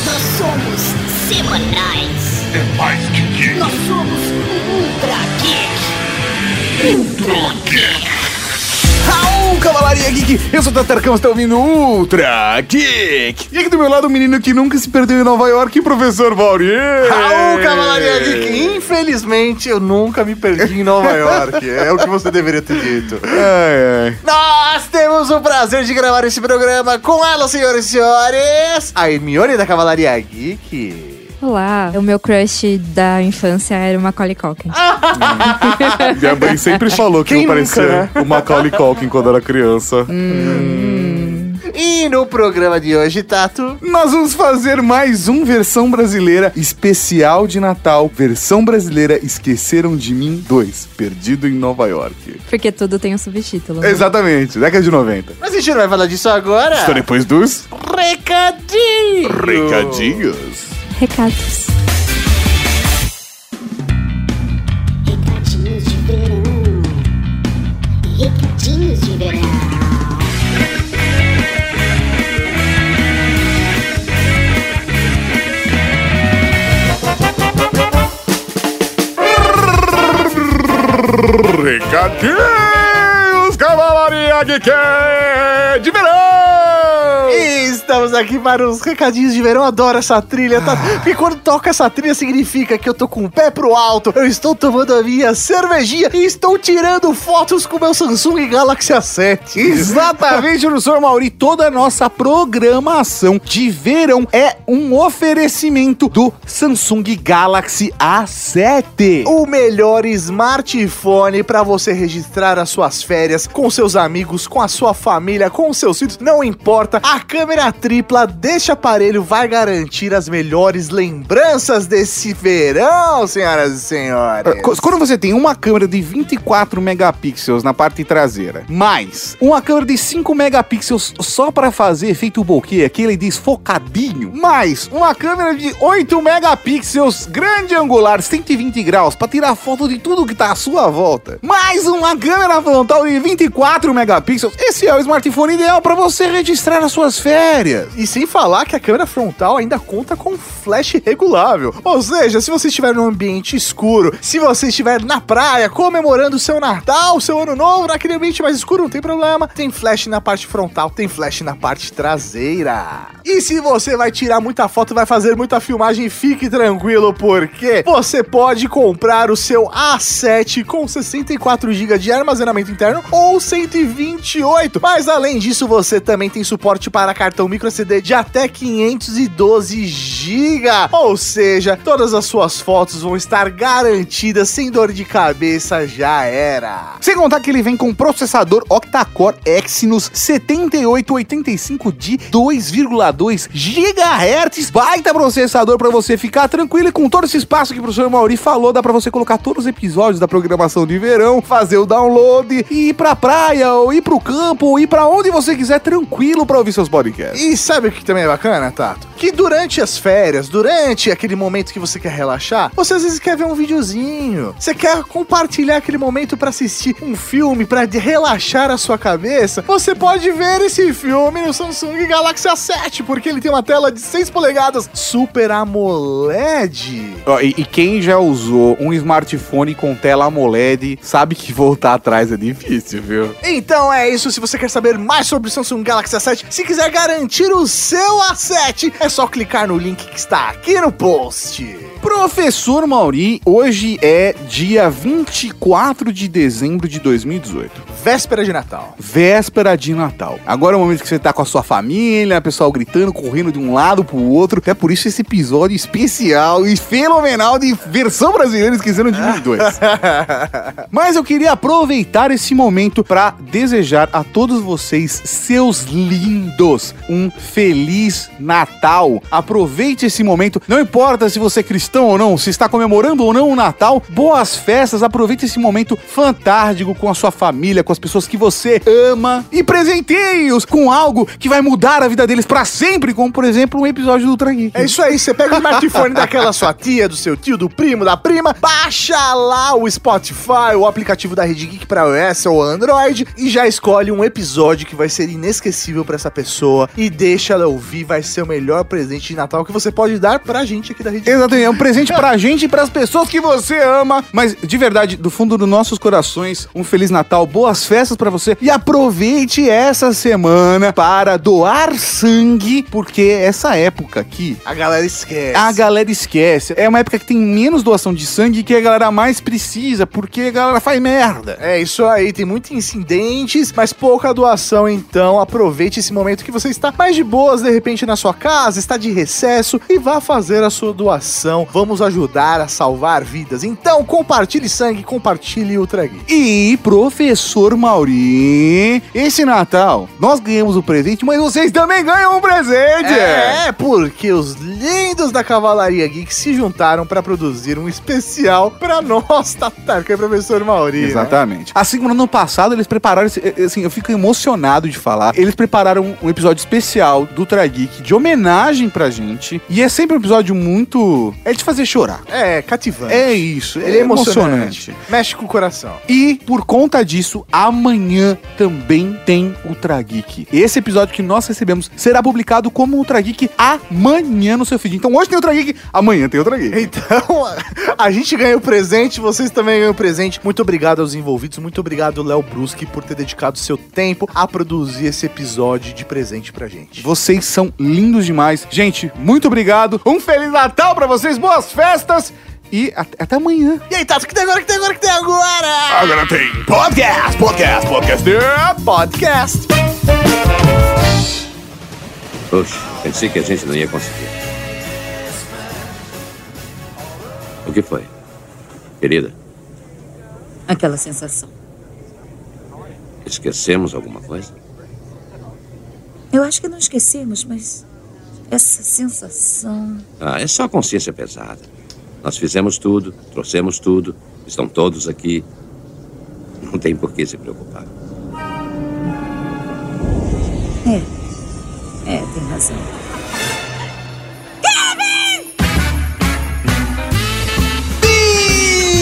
um Família Geek, eu sou o Tatar Campos, tá ouvindo Ultra Geek. E aqui do meu lado, o menino que nunca se perdeu em Nova York, professor Maurier. Raul Cavalaria Geek, infelizmente eu nunca me perdi em Nova York. É o que você deveria ter dito. Ai, ai. Nós temos o prazer de gravar esse programa com ela, senhoras e senhores, a Hermione da Cavalaria Geek. Olá, o meu crush da infância era o Macaulay Culkin. Ah! Minha mãe sempre falou que Quem eu parecia nunca, né? o Macaulay Culkin quando era criança. E no programa de hoje, Tato, Nós vamos fazer mais um versão brasileira especial de Natal. Versão brasileira Esqueceram de Mim 2, Perdido em Nova York. Porque tudo tem um subtítulo. É. né? Exatamente, década de 90. mas a gente não vai falar disso agora. Estou depois dos Recadinho! recadinhos. Recados. Recadinhos de verão. Recadinhos de verão. Recadinhos, Cavalaria Geek de verão! E Estamos aqui para os recadinhos de verão. Adoro essa trilha, tá? Ah. Porque quando toca essa trilha significa que eu tô com o pé pro alto, eu estou tomando a minha cervejinha e estou tirando fotos com o meu Samsung Galaxy A7. Exatamente, professor Mauri. Toda a nossa programação de verão é um oferecimento do Samsung Galaxy A7. O melhor smartphone para você registrar as suas férias com seus amigos, com a sua família, com os seus filhos, não importa. A câmera tripla deste aparelho vai garantir as melhores lembranças desse verão, senhoras e senhores. É, co- Quando você tem uma câmera de 24 megapixels na parte traseira, mais uma câmera de 5 megapixels só pra fazer efeito bokeh, aquele desfocadinho, mais uma câmera de 8 megapixels grande angular, 120 graus, pra tirar foto de tudo que tá à sua volta, mais uma câmera frontal de 24 megapixels, esse é o smartphone ideal pra você registrar as suas férias. E sem falar que a câmera frontal ainda conta com flash regulável. Ou seja, se você estiver num ambiente escuro, se você estiver na praia comemorando o seu Natal, seu Ano Novo, naquele ambiente mais escuro, não tem problema. Tem flash na parte frontal, tem flash na parte traseira. E se você vai tirar muita foto, vai fazer muita filmagem, fique tranquilo, porque você pode comprar o seu A7 com 64 GB de armazenamento interno ou 128. Mas além disso, você também tem suporte para cartão microSD de até 512 GB. Ou seja, todas as suas fotos vão estar garantidas sem dor de cabeça, já era. Sem contar que ele vem com processador octa-core Exynos 7885 de 2,2 GHz. Baita processador pra você ficar tranquilo e com todo esse espaço que o professor Mauri falou, dá pra você colocar todos os episódios da programação de verão, fazer o download e ir pra praia ou ir pro campo ou ir pra onde você quiser tranquilo pra ouvir seus podcasts. E sabe o que também é bacana, Tato? Que durante as férias, durante aquele momento que você quer relaxar, você às vezes quer ver um videozinho. Você quer compartilhar aquele momento pra assistir um filme, pra de- relaxar a sua cabeça. Você pode ver esse filme no Samsung Galaxy A7, porque ele tem uma tela de 6 polegadas Super AMOLED. Ó, E, e quem já usou um smartphone com tela AMOLED sabe que voltar atrás é difícil, viu? Então é isso, se você quer saber mais sobre o Samsung Galaxy A7, se quiser garantir o seu A7, é só clicar no link que está aqui no post. Professor Mauri, hoje é dia 24 de dezembro de 2018, Véspera de Natal. véspera de Natal. Agora é o momento que você tá com a sua família, o pessoal gritando, correndo de um lado pro outro. É por isso esse episódio especial e fenomenal de versão brasileira esquecendo de mim dois. Mas eu queria aproveitar esse momento pra desejar a todos vocês, seus lindos, um feliz Natal. Aproveite esse momento. Não importa se você é cristão ou não, se está comemorando ou não o Natal, boas festas. Aproveite esse momento fantástico com a sua família, com as pessoas que você ama e presenteie-os com algo que vai mudar a vida deles pra sempre, como por exemplo um episódio do Traguinho. É isso aí, você pega o smartphone daquela sua tia, do seu tio, do primo, da prima, baixa lá o Spotify, o aplicativo da Rede Geek pra iOS ou Android e já escolhe um episódio que vai ser inesquecível pra essa pessoa e deixa ela ouvir, vai ser o melhor presente de Natal que você pode dar pra gente aqui da Rede Geek. Exatamente, é um presente pra gente e pras pessoas que você ama. Mas, de verdade, do fundo dos nossos corações, um Feliz Natal, boas festas pra você. E aproveite essa semana para doar sangue, porque é essa época aqui A galera esquece. a galera esquece. É uma época que tem menos doação de sangue que a galera mais precisa, porque a galera faz merda. É isso aí, tem muitos incidentes, mas pouca doação, então aproveite esse momento que você está mais de boas, de repente na sua casa, está de recesso e vá fazer a sua doação. Vamos ajudar a salvar vidas. Então compartilhe sangue, compartilhe o traguinho. E, professor Mauri, esse Natal nós ganhamos o presente, mas vocês também ganham um presente! É, porque os lindos da Cavalaria Geek se juntaram para produzir um especial para nós, Tatarca e professor Mauri. né? Exatamente. Assim como no ano passado, eles prepararam. esse- eh, Assim, eu fico emocionado de falar. Eles prepararam um episódio especial do Trageek de homenagem pra gente. E é sempre um episódio muito. É de fazer chorar. É, cativante. É isso. Ele é emocionante. Mexe com o coração. E por conta disso, amanhã também tem Ultra Geek. Esse episódio que nós recebemos será publicado como Ultra Geek amanhã no seu feed. Então hoje tem Ultra Geek, amanhã tem Ultra Geek. Então, a gente ganha o presente, vocês também ganham o presente. Muito obrigado aos envolvidos, muito obrigado, Léo Bruschi, por ter dedicado seu tempo a produzir esse episódio de presente pra gente. Vocês são lindos demais. Gente, muito obrigado. Um feliz Natal pra vocês, boas festas e at- até amanhã. E aí, Tato, que tem agora, que tem agora, que tem agora? Agora tem podcast, podcast, podcast. Podcast. Puxa, pensei que a gente não ia conseguir. O que foi? Querida, Aquela sensação. esquecemos alguma coisa? Eu acho que não esquecemos, mas essa sensação. Ah, é só consciência pesada. Nós fizemos tudo, trouxemos tudo, estão todos aqui. Não tem por que se preocupar. É. É, tem razão.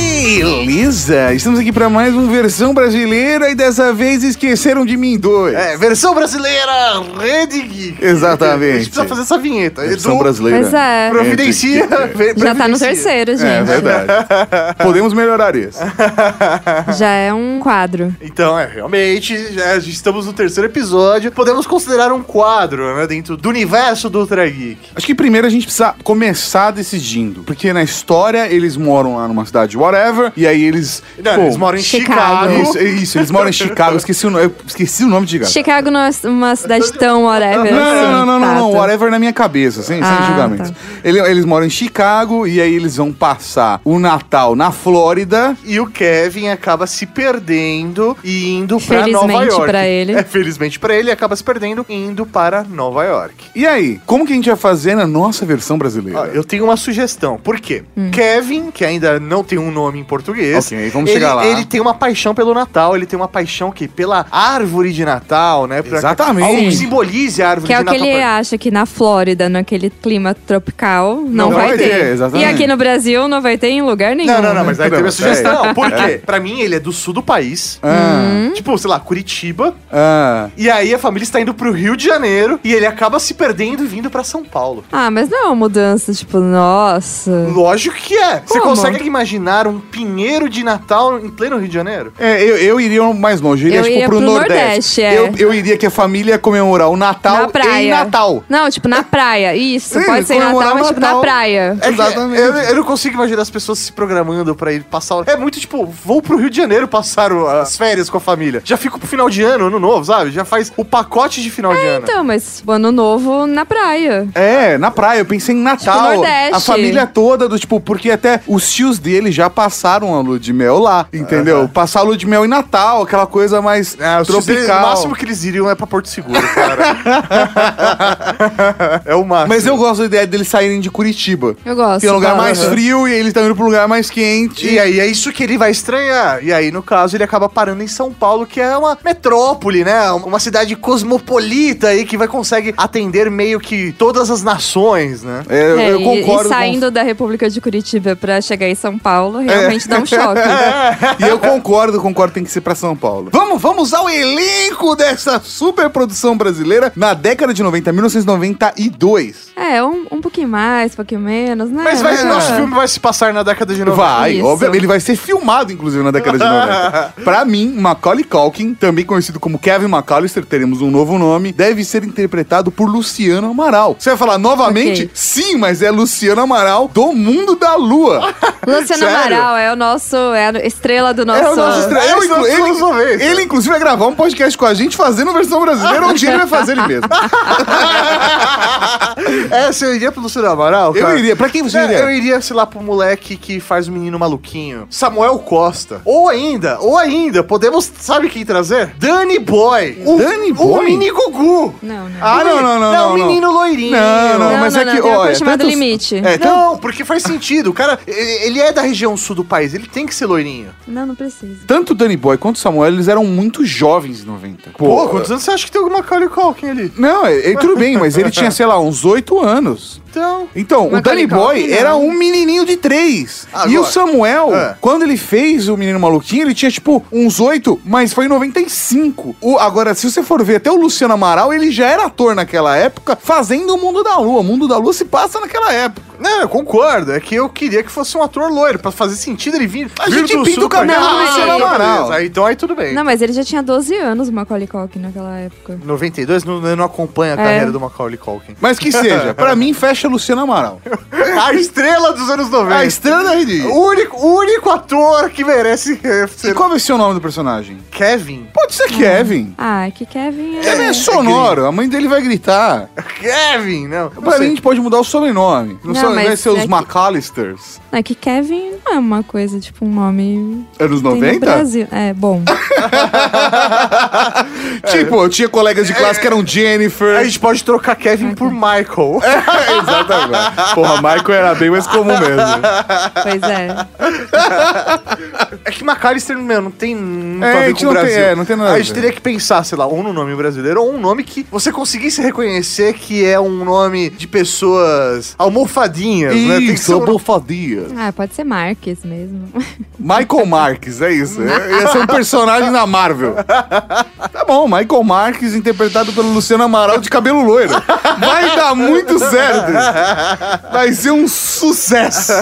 Beleza! Estamos aqui pra mais um versão brasileira e dessa vez esqueceram de mim dois. É, versão brasileira, Rede Geek. Exatamente. A gente precisa fazer essa vinheta. Versão Edu, brasileira. Pois é. providencia. ve- Já tá no providencia. terceiro, gente. É verdade. Podemos melhorar isso. Já é um quadro. Então, é, realmente, já estamos no terceiro episódio. Podemos considerar um quadro, né, dentro do universo do Ultra Geek. Acho que primeiro a gente precisa começar decidindo. Porque na história eles moram lá numa cidade whatever, e aí eles. Não, pô, eles moram em Chicago. Chicago. Isso, é isso, eles moram em Chicago. Eu esqueci o nome, eu esqueci o nome de Chicago. Chicago não é uma cidade tão whatever tá. Não, não, assim. não, não, não, não, Tato. whatever na minha cabeça, sem, sem Ah, julgamentos. tá. Ele- eles moram em Chicago e aí eles vão passar o Natal na Flórida. E o Kevin acaba se perdendo e indo para Felizmente Nova York. pra ele. É, felizmente pra ele, acaba se perdendo e indo para Nova York. E aí, como que a gente vai fazer na nossa versão Ó, brasileira? Ah, eu tenho uma sugestão. Por quê? Hum. Kevin, que ainda não tem um nome em português, Ok, vamos ele, chegar lá. ele tem uma paixão pelo Natal, ele tem uma paixão que pela árvore de Natal, né? Pra- Exatamente. Algo que simbolize a árvore Que é de o que Natal. ele pra- acha que na Flórida, naquele clima tropical, não, Não vai, vai ter. ter, exatamente. E aqui no Brasil não vai ter em lugar nenhum. Não, não, não, mas aí teve a Não, sugestão. Por quê? Pra mim, ele é do sul do país. Ah, Tipo, sei lá, Curitiba. ah. E aí a família está indo pro Rio de Janeiro e ele acaba se perdendo e vindo pra São Paulo. Ah, mas não é uma mudança, tipo, nossa. Lógico que é. Você Como? consegue imaginar um pinheiro de Natal em pleno Rio de Janeiro? É, eu, eu iria mais longe, eu iria, Eu tipo, iria pro, pro Nordeste. Nordeste, é. eu, eu iria que a família ia comemorar o Natal Na praia. em Natal. Não, tipo, na praia. Isso, Sim, pode ser em comemorar Natal, o mas tipo, Natal. na praia. É que Exatamente. Eu, eu não consigo imaginar as pessoas se programando pra ir passar. o- É muito tipo, vou pro Rio de Janeiro passar o- as férias com a família. Já fico pro final de ano, ano novo, sabe? Já faz o pacote de final de ano. Então, mas o ano novo na praia. É, na praia, eu pensei em Natal. Tipo Nordeste. a família toda, do tipo, porque até os tios dele já passaram a lua de mel lá, entendeu? Passar a lua de mel em Natal, aquela coisa mais Ah, os chineses, O tropical. máximo que eles iriam é pra Porto Seguro, cara. é o máximo. Mas eu gosto da ideia deles saírem de Curitiba. Eu gosto. Que é um lugar Paulo. mais frio e eles estão indo pro lugar mais quente. E aí é isso que ele vai estranhar. E aí, no caso, ele acaba parando em São Paulo, que é uma metrópole, né? Uma cidade cosmopolita aí que vai consegue atender meio que todas as nações, né? É, eu, É, eu e- concordo e, com- saindo da República de Curitiba pra chegar em São Paulo, realmente realmente É. dá um choque. E eu concordo, concordo, tem que ser pra São Paulo. Vamos, vamos ao elenco dessa superprodução brasileira na década de 90, 1992. É, um, um pouquinho mais, um pouquinho menos, né? Mas vai, Mas, nosso ah, filme vai se passar na década de 90. Vai, Isso. óbvio, ele vai ser filmado, inclusive, na década de 90. pra mim, Macaulay Culkin, também conhecido como Kevin McAllister, teremos um novo nome, deve ser interpretado por Luciano Amaral. Você vai falar novamente? Ok. Sim, mas é Luciano Amaral do Mundo da Lua. Luciano Sério? Amaral é o nosso. É a estrela do nosso. É o nosso estrela. É, Eu, isso inclu- nós ele, vamos resolver isso. ele, inclusive, vai gravar um podcast com a gente fazendo versão brasileira, onde ele vai fazer ele mesmo. É, você iria pro Luciano Amaral? Eu cara? iria. Pra quem você É, iria? Eu iria, sei lá, pro moleque que faz o menino maluquinho. Samuel Costa. Ou ainda, ou ainda, podemos, sabe quem trazer? Danny Boy. O, Danny O Boy? mini Gugu. Não, não. Ah, não, não, não. não, o não. menino loirinho. Não, não, Não, mas não, é não, que, tem uma olha, coisa chamada tantos- limite. É, tanto- Não, porque faz sentido. O cara, ele ele é da região sul do país, ele tem que ser loirinho. Não, não precisa. Tanto o Danny Boy quanto o Samuel, eles eram muito jovens em 90. Pô, quantos anos você acha que tem alguma Macaulay Culkin ali? Não, é- é- tudo bem, mas ele tinha, sei lá, uns 8 anos. Então... Então, o Danny Macaulay Boy Culkin, era não. um menininho de 3. E Agora. o Samuel, É. quando ele fez o Menino Maluquinho, ele tinha, tipo, uns 8, mas foi em 95. O, agora, se você for ver, até o Luciano Amaral, ele já era ator naquela época, fazendo o Mundo da Lua. O Mundo da Lua se passa naquela época. Não, eu concordo. É que eu queria que fosse um ator loiro, pra fazer sentido ele vir. A gente pinta o cabelo cabelo do Luciano Amaral. Ah, Aí, então aí tudo bem. Não, mas ele já tinha 12 anos, o Macaulay Culkin, naquela época. 92 não, não acompanha a carreira do Macaulay Culkin. Mas que seja, pra mim, fecha Luciano Amaral. A estrela dos anos 90. A estrela da rede. O único, o único ator que merece eh, E ser qual vai ser o nome do personagem? Kevin. Pode ser Kevin. Ah, é que Kevin é. Kevin é sonoro, a mãe dele vai gritar. Kevin, não. Pra não mim, a sei. gente pode mudar o sobrenome. Não, Não, sei, vai mas ser os é que- McAllisters. Não, é que Kevin não é uma coisa, tipo, um nome. Anos tem No 90? Brasil. É, bom. Tipo, eu tinha colegas de classe que eram A Jennifer. gente pode trocar Kevin por Michael. Exatamente. Porra, Michael era bem mais comum mesmo. né? pois é. É que McAllister, meu, não tem muito É, a a ver gente com o não tem- Brasil. é, não tem nada A a gente ver. teria que pensar, sei lá, ou num nome brasileiro, ou um nome que você conseguisse reconhecer que é um nome de pessoas almofadinhas, né? Tem que ser Isso, um... bufadia. Ah, pode ser Marques mesmo. Michael Marques, é isso. É- Ia ser um personagem na Marvel. Tá bom, Michael Marques, interpretado pelo Luciano Amaral de cabelo loiro. Vai dar muito certo. isso. Vai ser um sucesso.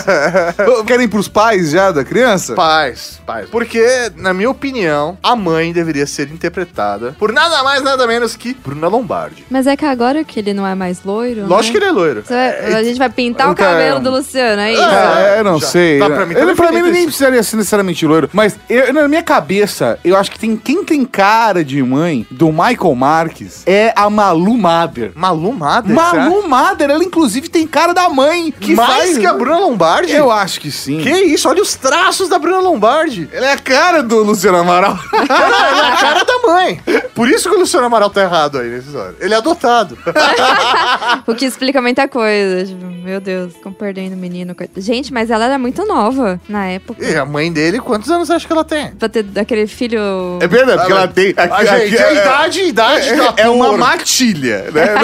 Querem pros pais já da criança? Paz, paz. Porque, na minha opinião, a mãe deveria ser interpretada por nada mais, nada menos que Bruna Lombardi. Mas é que agora que ele não é mais loiro. Uhum. Lógico que ele é loiro. ele. A gente vai pintar o Então- cabelo do Luciano, é isso? Ah, eu não Já. sei. Dá pra mim, tá ele, pra mim definido ele nem isso. precisaria ser necessariamente loiro. Mas eu- na minha cabeça, eu acho que tem quem tem cara de mãe do Michael Marques é a Malu Mader. Malu Mader, será? Malu Mader, ela inclusive tem cara da mãe. Que Mais faz... que a Bruna Lombardi? Eu acho que sim. Que isso, olha os traços da Bruna Lombardi. Ela é a cara do Luciano Amaral. Ela é a cara da mãe. Por isso que o Luciano Amaral tá errado aí nesse história. Ele é adotado. O que explica muita coisa. Tipo, meu Deus, ficam perdendo o menino. coit- Gente, mas ela era muito nova na época. E a mãe dele, quantos anos acha que ela tem? Pra ter aquele filho. É verdade, porque ela mas- tem. Ah, gente, a idade, a idade do é uma ator. matilha, né?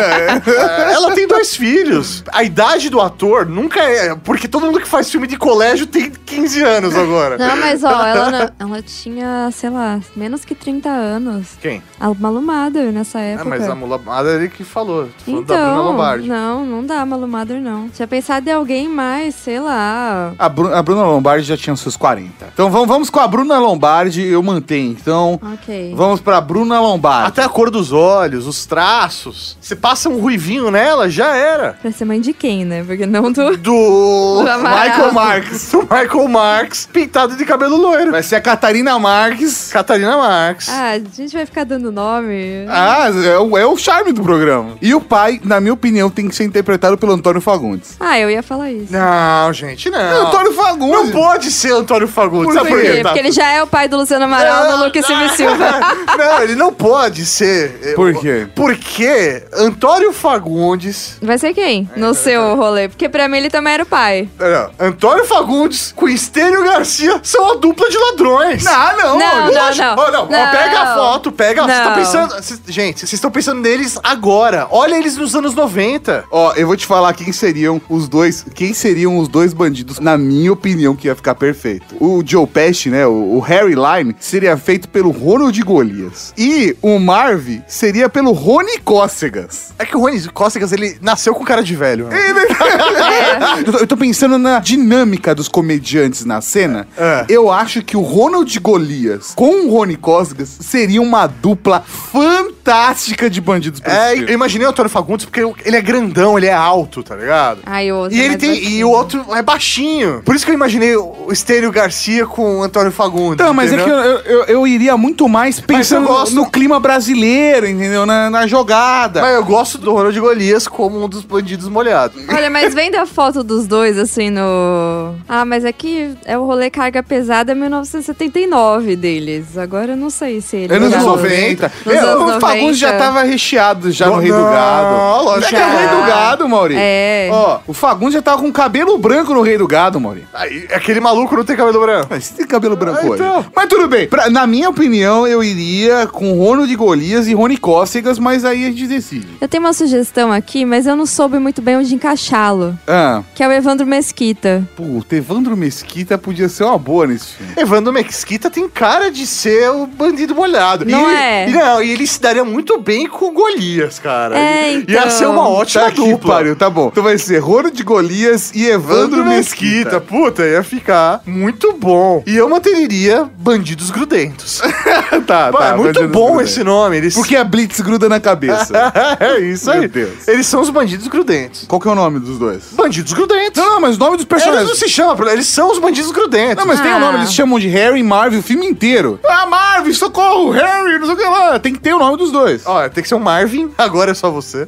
Não, é- Ela tem dois filhos. A idade do ator nunca é. Porque todo mundo que faz filme de colégio tem 15 anos agora. Não, mas ó, ela, na- ela tinha, sei lá, menos que 30 anos. Quem? A malumada nessa É, época. mas a Mula Mada ele que falou. Tô falando da Bruna Então, Lombardi. não, não dá malumada não. Tinha pensado em alguém mais, sei lá. A, Bru- a Bruna Lombardi já tinha seus 40. Então vamos, vamos com a Bruna Lombardi, eu mantenho. Então Ok. vamos pra Bruna Lombardi. Até a cor dos olhos, os traços. Você passa um ruivinho nela, já era. Pra ser mãe de quem, né? Porque não do. Do Do Amaral. Michael Marx. Do Michael Marx, pintado de cabelo loiro. Vai ser a Catarina Marques. Catarina Marx. Ah, a gente vai ficar dando nome. Ah, é o, é o charme do programa. E o pai, na minha opinião, tem que ser interpretado pelo Antônio Fagundes. Ah, eu ia falar isso. Não, gente, não. É, Antônio Fagundes! Não pode ser Antônio Fagundes. Por sabe quê? por quê? Porque ele já é o pai do Luciano Amaral, do Lucas Silva e Silva. Não, ele não pode ser. Eu- Por quê? Porque Antônio Fagundes. Vai ser quem? No seu rolê. Porque pra mim ele também era o pai. É, Não, Antônio Fagundes com Estênio Garcia são a dupla de ladrões. Ah, não! Não, não, Lógico. não. Ó, ó, Não. Pega a foto Pronto, pega. Ó, Vocês estão Não. pensando. cês- gente, vocês estão pensando neles agora. Olha eles nos anos 90. Ó, eu vou te falar quem seriam os dois. Quem seriam os dois bandidos, na minha opinião, que ia ficar perfeito. O Joe Pesci, né? O, o Harry Line seria feito pelo Ronald Golias. E o Marv seria pelo Rony Cócegas. É que o Rony Cócegas, ele nasceu com cara de velho. Né? Eu tô- Eu tô pensando na dinâmica dos comediantes na cena. É. Eu acho que o Ronald Golias com o Rony Cócegas seria uma dupla fantástica de bandidos É, brasileiros. eu imaginei o Antônio Fagundes porque ele é grandão, ele é alto, tá ligado? Ai, o outro E é ele mais tem. E baixinho. o outro é baixinho. Por isso que eu imaginei o Estênio Garcia com o Antônio Fagundes. Então, mas entendeu? é que eu, eu- eu iria muito mais pensando eu gosto- no clima brasileiro, entendeu? Na, na jogada. Mas eu gosto do Ronald Golias como um dos bandidos molhados. Olha, mas vendo a foto dos dois, assim, no... Ah, mas aqui é o rolê carga pesada 1979 deles. Agora eu não sei se ele... Anos era o- 90. Nos Eu- anos o Fagundes 90. já tava recheado já Não, no Rei do não, Gado. lógico. Já. É o Rei do Gado, Maurício. É. Ó, o Fagundes já tava com cabelo branco no Rei do Gado, Maurício. Aí, é aquele maluco não tem cabelo branco. Mas você tem cabelo branco Ah, hoje. então. Mas tudo bem. Pra- na minha opinião, eu iria com Ronald Golias e Rony Cócegas, mas aí a gente decide. Eu tenho uma sugestão aqui, mas eu não soube muito bem onde encaixá-lo. Ah, Que é o Evandro Mesquita. puta, Evandro Mesquita podia ser uma boa nesse filme. Evandro Mesquita tem cara de ser o bandido molhado. Não e, é? e não, e ele se daria muito bem com o Golias, cara. É, E- Ia então. ser uma ótima Tá aqui, dupla. pariu, tá bom. Então vai ser Ronald Golias e Evandro Evandro Mesquita. Mesquita, puta, ia ficar muito bom. E eu manteria Bandidos Grudentos. Tá, Pô, é muito Bandidos bom Grudentos. esse nome. Eles... Porque a Blitz gruda na cabeça. é isso aí. Meu Deus. Eles são os Bandidos Grudentos. Qual que é o nome dos dois? Bandidos Grudentos. Não, não, mas o nome dos Eles não personagens. se chamam, eles são os Bandidos Grudentos. Não, mas tem o Ah. nome, eles chamam de Harry e Marvel o filme inteiro. Ah, Marvel, socorro, Harry, não sei o que lá. Tem que ter o nome dos dois. Olha, tem que ser o Marvin, agora é só você.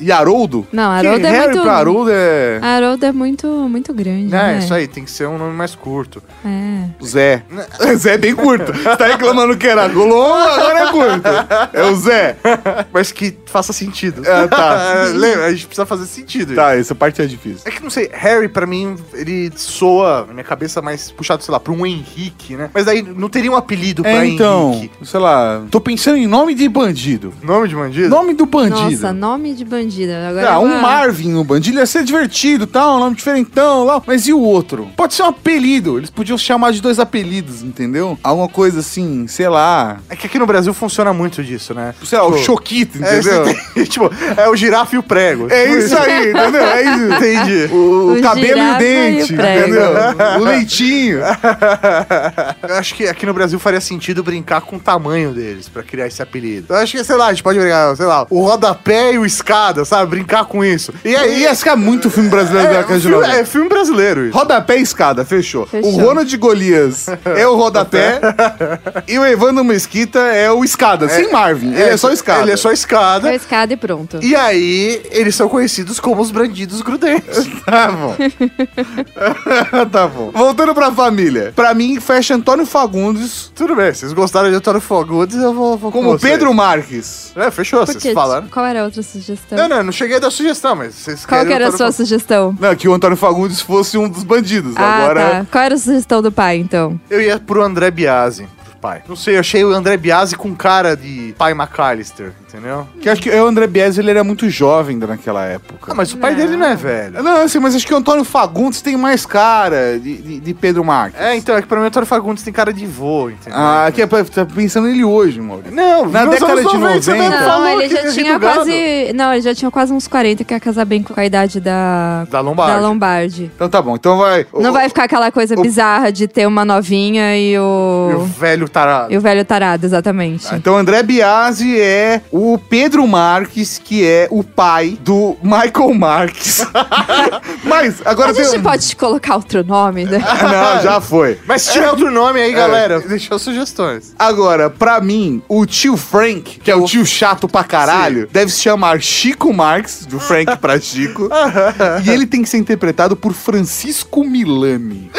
E Haroldo? Não, Que Haroldo é Harry muito- pra Haroldo é Haroldo é muito, muito grande, É, né? isso aí, tem que ser um nome mais curto. É. Zé. Zé é bem curto. Você tá reclamando que era longo, agora é curto. É o Zé. Mas que faça sentido. É, tá. Lembra, a gente precisa fazer sentido. Tá, essa parte é difícil. É que não sei, Harry, pra mim, ele soa na minha cabeça mais puxado, sei lá, pra um Henrique, né? Mas aí não teria um apelido pra É, então, Henrique. sei lá, tô pensando em nome de bandido. Nome de bandido? Nome do bandido. Nossa, nome de bandida. Agora Ah, é um uma- Marvin no bandido ia ser divertido, tal, um nome diferentão, lá. Mas e o outro? Pode ser um apelido. Eles podiam chamar de dois apelidos, entendeu? Alguma coisa assim, sei lá. É que aqui no Brasil funciona muito disso, né? Sei lá, o Tipo, Choquito, É, entendeu? você tem- tipo, é o girafa e o prego. Tipo É isso aí, entendeu? É isso. Entendi. O, O cabelo e o girafa dente, e o prego. entendeu? O leitinho. Eu acho que aqui no Brasil faria sentido brincar com o tamanho deles pra criar esse apelido. Eu acho que, sei lá, a gente pode brincar, sei lá, o rodapé e o escada, sabe? Brincar com isso. E aí. Ia ficar muito filme brasileiro da É, Casa de filme, Novela. é filme brasileiro isso. Rodapé e escada, fechou. Fechou. O Ronald Golias é o rodapé e o Evandro Mesquita é o escada, sem Marvin. ele é só escada. Ele é só escada. Deu escada e pronto. E aí, eles são conhecidos como os bandidos grudentes. Tá bom. tá bom. Voltando pra família. Pra mim, fecha Antônio Fagundes Tudo bem, vocês gostaram de Antônio Fogudes, eu vou, vou com como vocês. Pedro Marques. É, fechou, Por vocês quê? falaram. Qual era a outra sugestão? Não, não, não cheguei a dar sugestão, mas vocês Qual que querem era a Antônio sua Fagundes. sugestão? Não, que o Antônio Fagundes fosse um dos bandidos. Ah, Agora. tá. Qual era a sugestão do pai, então? Eu ia pro André Biasi, pro pai. Não sei, eu achei o André Biasi com cara de pai McAllister, entendeu? Que acho que o André Bies ele era muito jovem naquela Ah, época. mas o pai dele não é velho. Não, assim, mas acho que o Antônio Fagundes tem mais cara de, de- de Pedro Marques. É, então, é que pra mim o Antônio Fagundes tem cara de vô, entendeu? Ah, aqui é pra, tá pensando nele hoje, Maurício. Não, Na nos década anos de 90, você 90. mesmo Não, então. falou que ele tá já Henrique tinha do Gado- quase. Não, ele já tinha quase uns 40 que ia casar bem com a idade da. Da Lombardi. Da Lombardi. Então tá bom, então vai. Não vai ficar aquela coisa bizarra de ter uma novinha e E o o. velho tarado. E o velho tarado, exatamente. Então André Biasi é o Pedro Marques, que é o pai do Michael Marques. Mas agora um- a gente um pode colocar outro nome, né? Não, já foi. Mas se tiver outro nome aí, galera, É, deixou sugestões. Agora, pra mim, o tio Frank, que é o tio chato pra caralho, deve se chamar Chico Marx, do Frank pra Chico. e ele tem que ser interpretado por Francisco Milani.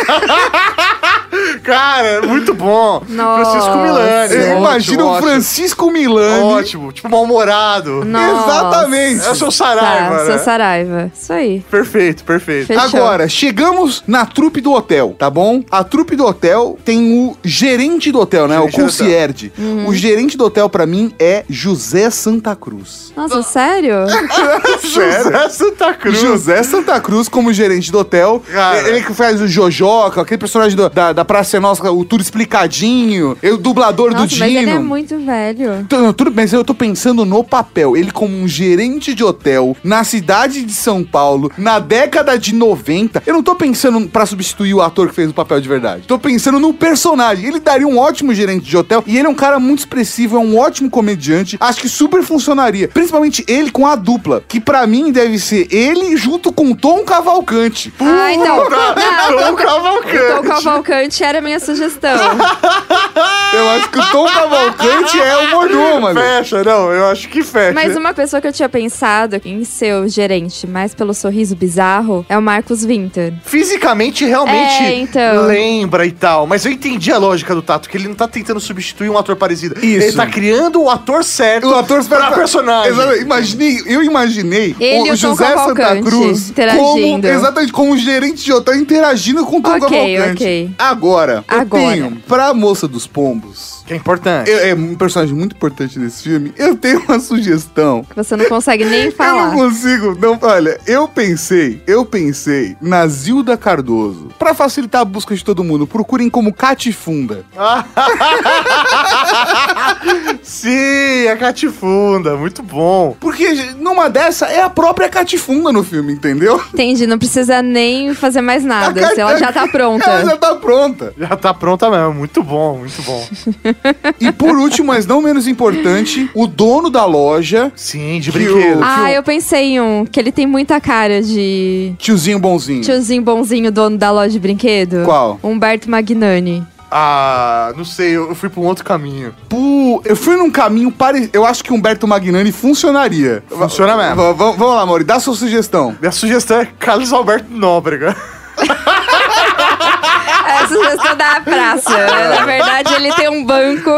Cara, muito bom. Nossa. Francisco Milani. É, Ótimo, Imagina o ótimo. Francisco Milani. Ótimo, tipo mal-humorado. Exatamente. Eu sou o Tá, Saraiva, sou né? Saraiva. Isso aí. Perfeito, perfeito. Fechou. Agora, chegamos na trupe do hotel, tá bom? A trupe do hotel tem o gerente do hotel, né? Gerente o do concierge. Uhum. O gerente do hotel, pra mim, é José Santa Cruz. Nossa, sério? É, José É, né? Santa Cruz. José Santa Cruz como gerente do hotel. Cara. Ele que faz o Jojoca, aquele personagem do- da, da Praça é Nossa, o tudo explicadinho. Ele, o dublador do Nossa, Dino. mas ele é muito velho. Então, não, Tudo bem, mas eu tô pensando no papel. Ele como um gerente de hotel na cidade de São Paulo, na década de 90. Eu não tô pensando pra substituir o ator que fez o papel de verdade. Tô pensando no personagem. Ele daria um ótimo gerente de hotel e ele é um cara muito expressivo, é um ótimo comediante. Acho que super funcionaria. Principalmente ele com a dupla, que pra mim deve ser ele junto com Tom Cavalcante. Ah, então. Tá, Não, Tom Cavalcante. então o Cavalcante era a minha sugestão. Eu acho que o Tom Cavalcante é o Mordomo, mano. Fecha, não, eu acho que fecha. Mas uma pessoa que eu tinha pensado em ser o gerente, mais pelo sorriso bizarro, é o Marcos Winter. Fisicamente, realmente É, então. lembra e tal. Mas eu entendi a lógica do Tato, que ele não tá tentando substituir um ator parecido. Isso. Ele tá criando o ator certo O ator pra pra- personagem. Exatamente. Imaginei, eu imaginei Ele e o o Tom José Santa Cavalcante Cruz como, interagindo. exatamente, como um gerente de hotel interagindo com o Tom Ok, Cavalcante. ok. Agora, Agora. eu tenho pra Moça dos Pombos, Que é importante. eu- é um personagem muito importante desse filme, eu tenho uma sugestão. Que você não consegue nem É, Eu não falar. consigo, não, olha, eu pensei, eu pensei na Zilda Cardoso. Pra facilitar a busca de todo mundo, procurem como Catifunda. Sim, a Catifunda, muito bom. Porque numa dessa é a própria Catifunda no filme, entendeu? Entendi, não precisa nem fazer mais nada. se ela já tá Ela já pronta. tá pronta. Já tá pronta mesmo, muito bom, muito bom. E por último, mas não menos importante, o dono da loja, Sim, de Que brinquedo. o- Ah, eu pensei em um, que ele tem muita cara de tiozinho bonzinho. tiozinho bonzinho, dono da loja de brinquedo. Qual? Humberto Magnani. Ah, não sei, eu eu fui pra um outro caminho. Pu- eu fui num caminho parecido. Eu acho que Humberto Magnani funcionaria. Funciona mesmo. V- v- Vamos lá, Mori, dá sua sugestão. Minha sugestão é Carlos Alberto Nóbrega. É a sugestão da praça. Na verdade, ele tem um banco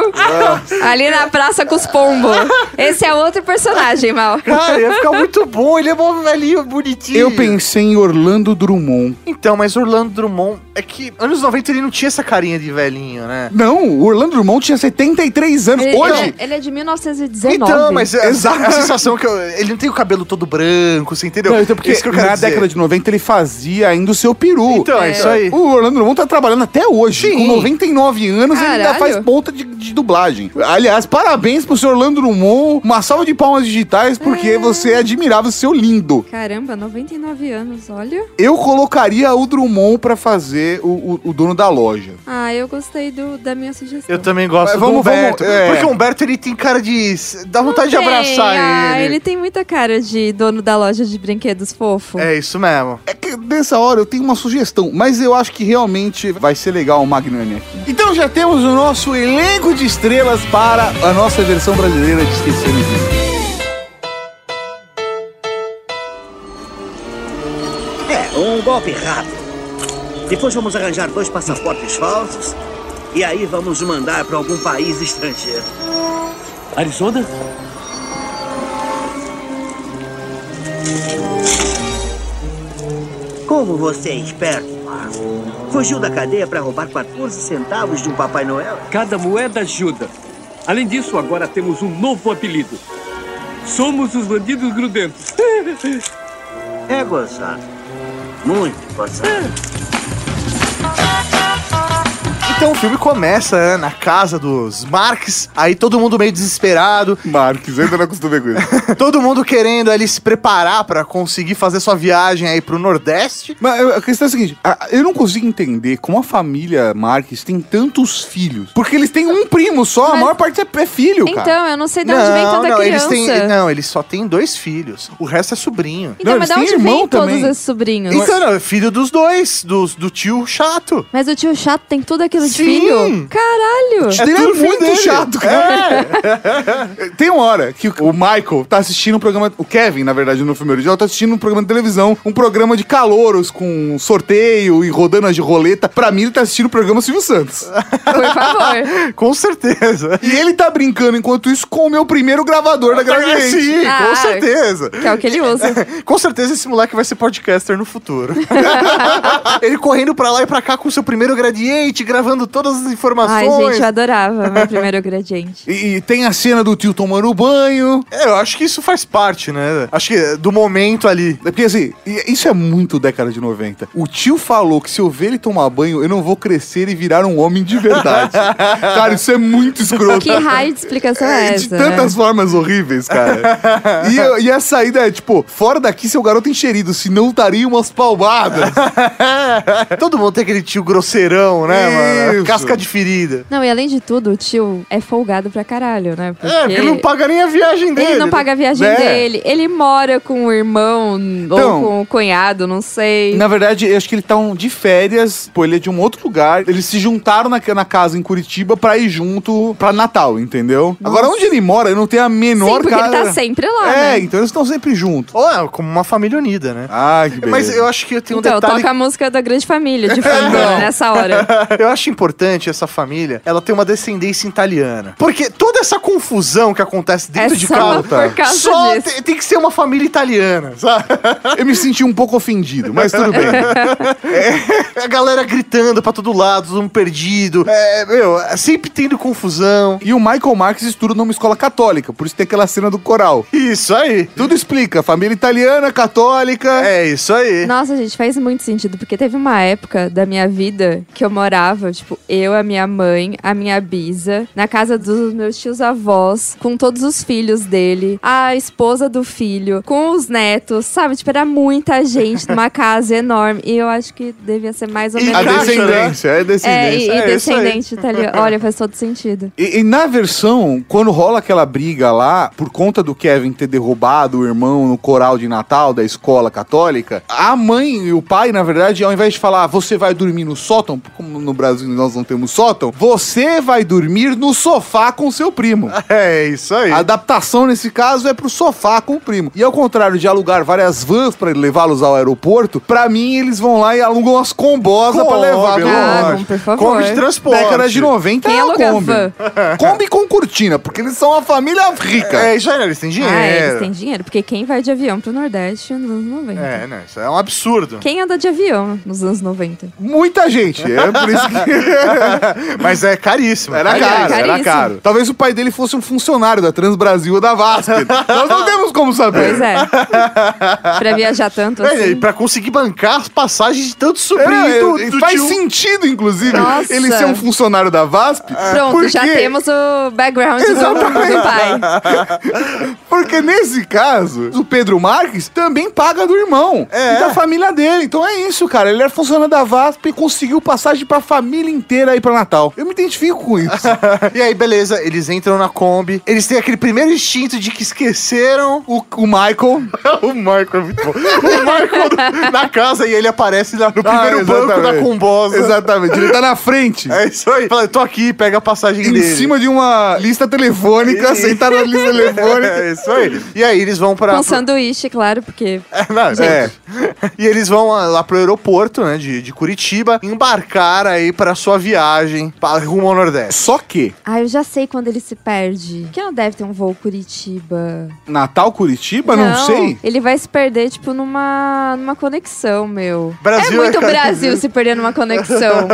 ali na praça com os pombos. Esse é outro personagem, Mal. Cara, ia ficar muito bom, ele é bom velhinho, bonitinho. Eu pensei em Orlando Drummond. Então, mas Orlando Drummond é que anos 90 ele não tinha essa carinha de velhinho, né? Não, o Orlando Drummond tinha 73 anos. Ele, Hoje, ele é, ele é de 1919. Então, mas é, Exato. é a sensação que eu- ele não tem o cabelo todo branco, você entendeu? É Não, então porque Isso que eu quero na dizer. década de 90 ele fazia ainda o seu peru. Então, é, isso aí. O Orlando Drummond tá trabalhando até hoje. Sim. Com 99 anos, ele ainda Caralho. faz ponta de, de dublagem. Aliás, parabéns pro senhor Orlando Drummond. Uma salva de palmas digitais, porque Ah. você é admirável, seu lindo. Caramba, 99 anos, olha. Eu colocaria o Drummond pra fazer o, o- o dono da loja. Ah, eu gostei do, da minha sugestão. Eu também gosto Mas vamos- do Humberto. vamos- é. Porque o Humberto ele tem cara de. dá vontade de Tem, abraçar ah, ele. ele tem muita cara de dono da loja de brinquedos fofo. É isso mesmo. É que nessa hora eu tenho uma sugestão, mas eu acho que realmente vai ser legal o Magnani aqui. Então já temos o nosso elenco de estrelas para a nossa versão brasileira de Esquecer Me Viu. É, um golpe rápido. Depois vamos arranjar dois passaportes falsos e aí vamos mandar para algum país estrangeiro. Arizona? Como você é esperto, fugiu da cadeia para roubar 14 centavos de um Papai Noel? Cada moeda ajuda. Além disso, agora temos um novo apelido. Somos os bandidos grudentos. É gozado. Muito gozado. Então o filme começa né, na casa dos Marx, aí todo mundo meio desesperado, Marques, eu ainda não acostumei com isso. todo mundo querendo ali se preparar pra conseguir fazer sua viagem aí pro Nordeste. Mas eu- a questão é a seguinte: a- eu não consigo entender como a família Marques tem tantos filhos. Porque eles têm um primo só, a Mas- maior parte é, é filho, cara. Então, eu não sei de onde vem tanta eles criança. têm, não, eles só têm dois filhos. O resto é sobrinho. Então, Não, mas eles de têm onde irmão vem também. é todos esses sobrinhos? Então, não, é filho dos dois, dos, do tio chato. Mas o tio chato tem tudo aquilo casa de Sim. filho? Caralho! Ele é tudo filho muito dele. chato, cara. É. Tem uma hora que o- o Michael tá assistindo um programa. O Kevin, na verdade, no filme original, tá assistindo um programa de televisão, um programa de calouros com sorteio e rodando as de roleta. Pra mim, ele tá assistindo o programa Silvio Santos. Por favor. Com certeza. E ele tá brincando enquanto isso com o meu primeiro gravador da Gradiente. Sim, com Ah. certeza. Que é o que ele usa. Com certeza esse moleque vai ser podcaster no futuro. Ele correndo pra lá e pra cá com o seu primeiro gradiente, gravando todas as Ai, informações. gente, eu adorava meu primeiro gradiente. E, e tem a cena do tio tomando banho. É, eu acho que isso faz parte, né? Acho que é do momento ali. É Porque assim, i- isso é muito década de 90. O tio falou que se eu ver ele tomar banho, eu não vou crescer e virar um homem de verdade. cara, isso é muito escroto. Que raio de explicação é de essa? né? tantas formas horríveis, cara. e, eu- e a saída é, tipo, fora daqui, seu garoto encherido, senão daria umas palmadas. É Todo mundo tem aquele tio grosseirão, né, mano? Isso. Casca de ferida. Não, e além de tudo, o tio é folgado pra caralho, né? Porque... É, porque ele não paga nem a viagem dele. Ele não paga a viagem né? dele, ele mora com o irmão Então- ou com o cunhado, não sei. Na verdade, eu acho que ele tá um- de férias, pô, ele é de um outro lugar. Eles se juntaram na, na casa em Curitiba pra ir junto pra Natal, entendeu? Agora, onde ele mora, eu não tenho a Sim, menor porque cara. ele tá sempre lá, É, né? então eles estão sempre juntos. Ó, é como uma família unida, né? Ah, que beleza. Mas eu acho que tem um então, detalhe É, toca a música da grande família de fundo né, Não. nessa hora. Eu acho importante essa família, ela tem uma descendência italiana. Porque toda essa confusão que acontece dentro É de só casa, por causa só disso. te- tem que ser uma família italiana, sabe? Eu me senti um pouco ofendido, mas tudo bem. A galera gritando pra todo lado, todo mundo perdido. É, meu, sempre tendo confusão. E o Michael Marx estuda numa escola católica, por isso tem aquela cena do coral. Isso aí. Tudo explica, família italiana, católica. É isso aí. Nossa, gente, faz muito sentido, porque teve uma época da minha vida que eu morava, tipo, eu, a minha mãe, a minha bisa, na casa dos meus tios avós, com todos os filhos dele, a esposa do filho, com os netos, sabe? Tipo, era muita gente numa casa enorme. E eu acho que devia ser mais ou E menos. A Caixa, isso. descendência, é né? É, e, descendência. e É, isso aí. descendente italiano. Olha, faz todo sentido. E, e na versão, quando rola aquela briga lá, por conta do Kevin ter derrubado o irmão no coral de Natal da escola católica, a mãe e o pai, na verdade, ao invés de falar você vai dormir no sótão, como no Brasil nós não temos sótão, você vai dormir no sofá com seu primo. É isso aí. A adaptação nesse caso é pro sofá com o primo. E ao contrário de alugar várias vans pra levá-los ao aeroporto, pra mim eles vão lá e alugam as combosas pra levar. Kombi, pelo Ah, longe. lógico. por favor. Kombi de transporte. Década de 90 Quem é a aluga Kombi. van? Kombi com cortina, porque eles são uma família rica. É isso aí, né? Eles têm dinheiro. Ah, eles têm dinheiro, porque quem vai de avião pro Nordeste nos anos 90? É, né? Isso é um absurdo. Quem anda de avião nos anos 90? Muita gente. É por isso que Mas é caríssimo. era Aliás, caro, era caríssimo. caro. Talvez o pai dele fosse um funcionário da Trans Brasil ou da Vaster. Nós não temos como saber. Pois é. pra viajar tanto É, e assim. pra conseguir bancar as passagens de tanto sobrinho É, do, é, do faz tio. sentido, inclusive, Nossa. ele ser um funcionário da VASP. é, Pronto, já porque- temos o background do, do pai. Porque nesse caso, o Pedro Marques também paga do irmão e da família dele. Então é isso, cara. Ele era funcionário da VASP e conseguiu passagem pra família inteira aí pra Natal. Eu me identifico com isso. E aí, beleza, eles entram na Kombi. Eles têm aquele primeiro instinto de que esqueceram o, o Michael. o Marco. É muito bom. O Marco no- na casa e ele aparece lá no primeiro banco da Ah, exatamente. combosa. Exatamente. Ele tá na frente. É isso aí. Fala, eu tô aqui, pega a passagem Em dele. cima de uma lista telefônica, sentado na lista telefônica. É isso aí. E aí, eles vão pra. Com sanduíche, claro, porque. É, não, é. E eles vão lá- lá pro aeroporto, né, de, de Curitiba, embarcar aí pra sua viagem pra, rumo ao Nordeste. Só que Ah, eu já sei quando ele se perde. Que não deve ter um voo Curitiba. Natal, Curitiba, não, sei. Ele vai se perder, tipo, numa, numa conexão, meu. Brasil é é muito cara- Brasil se perder numa conexão.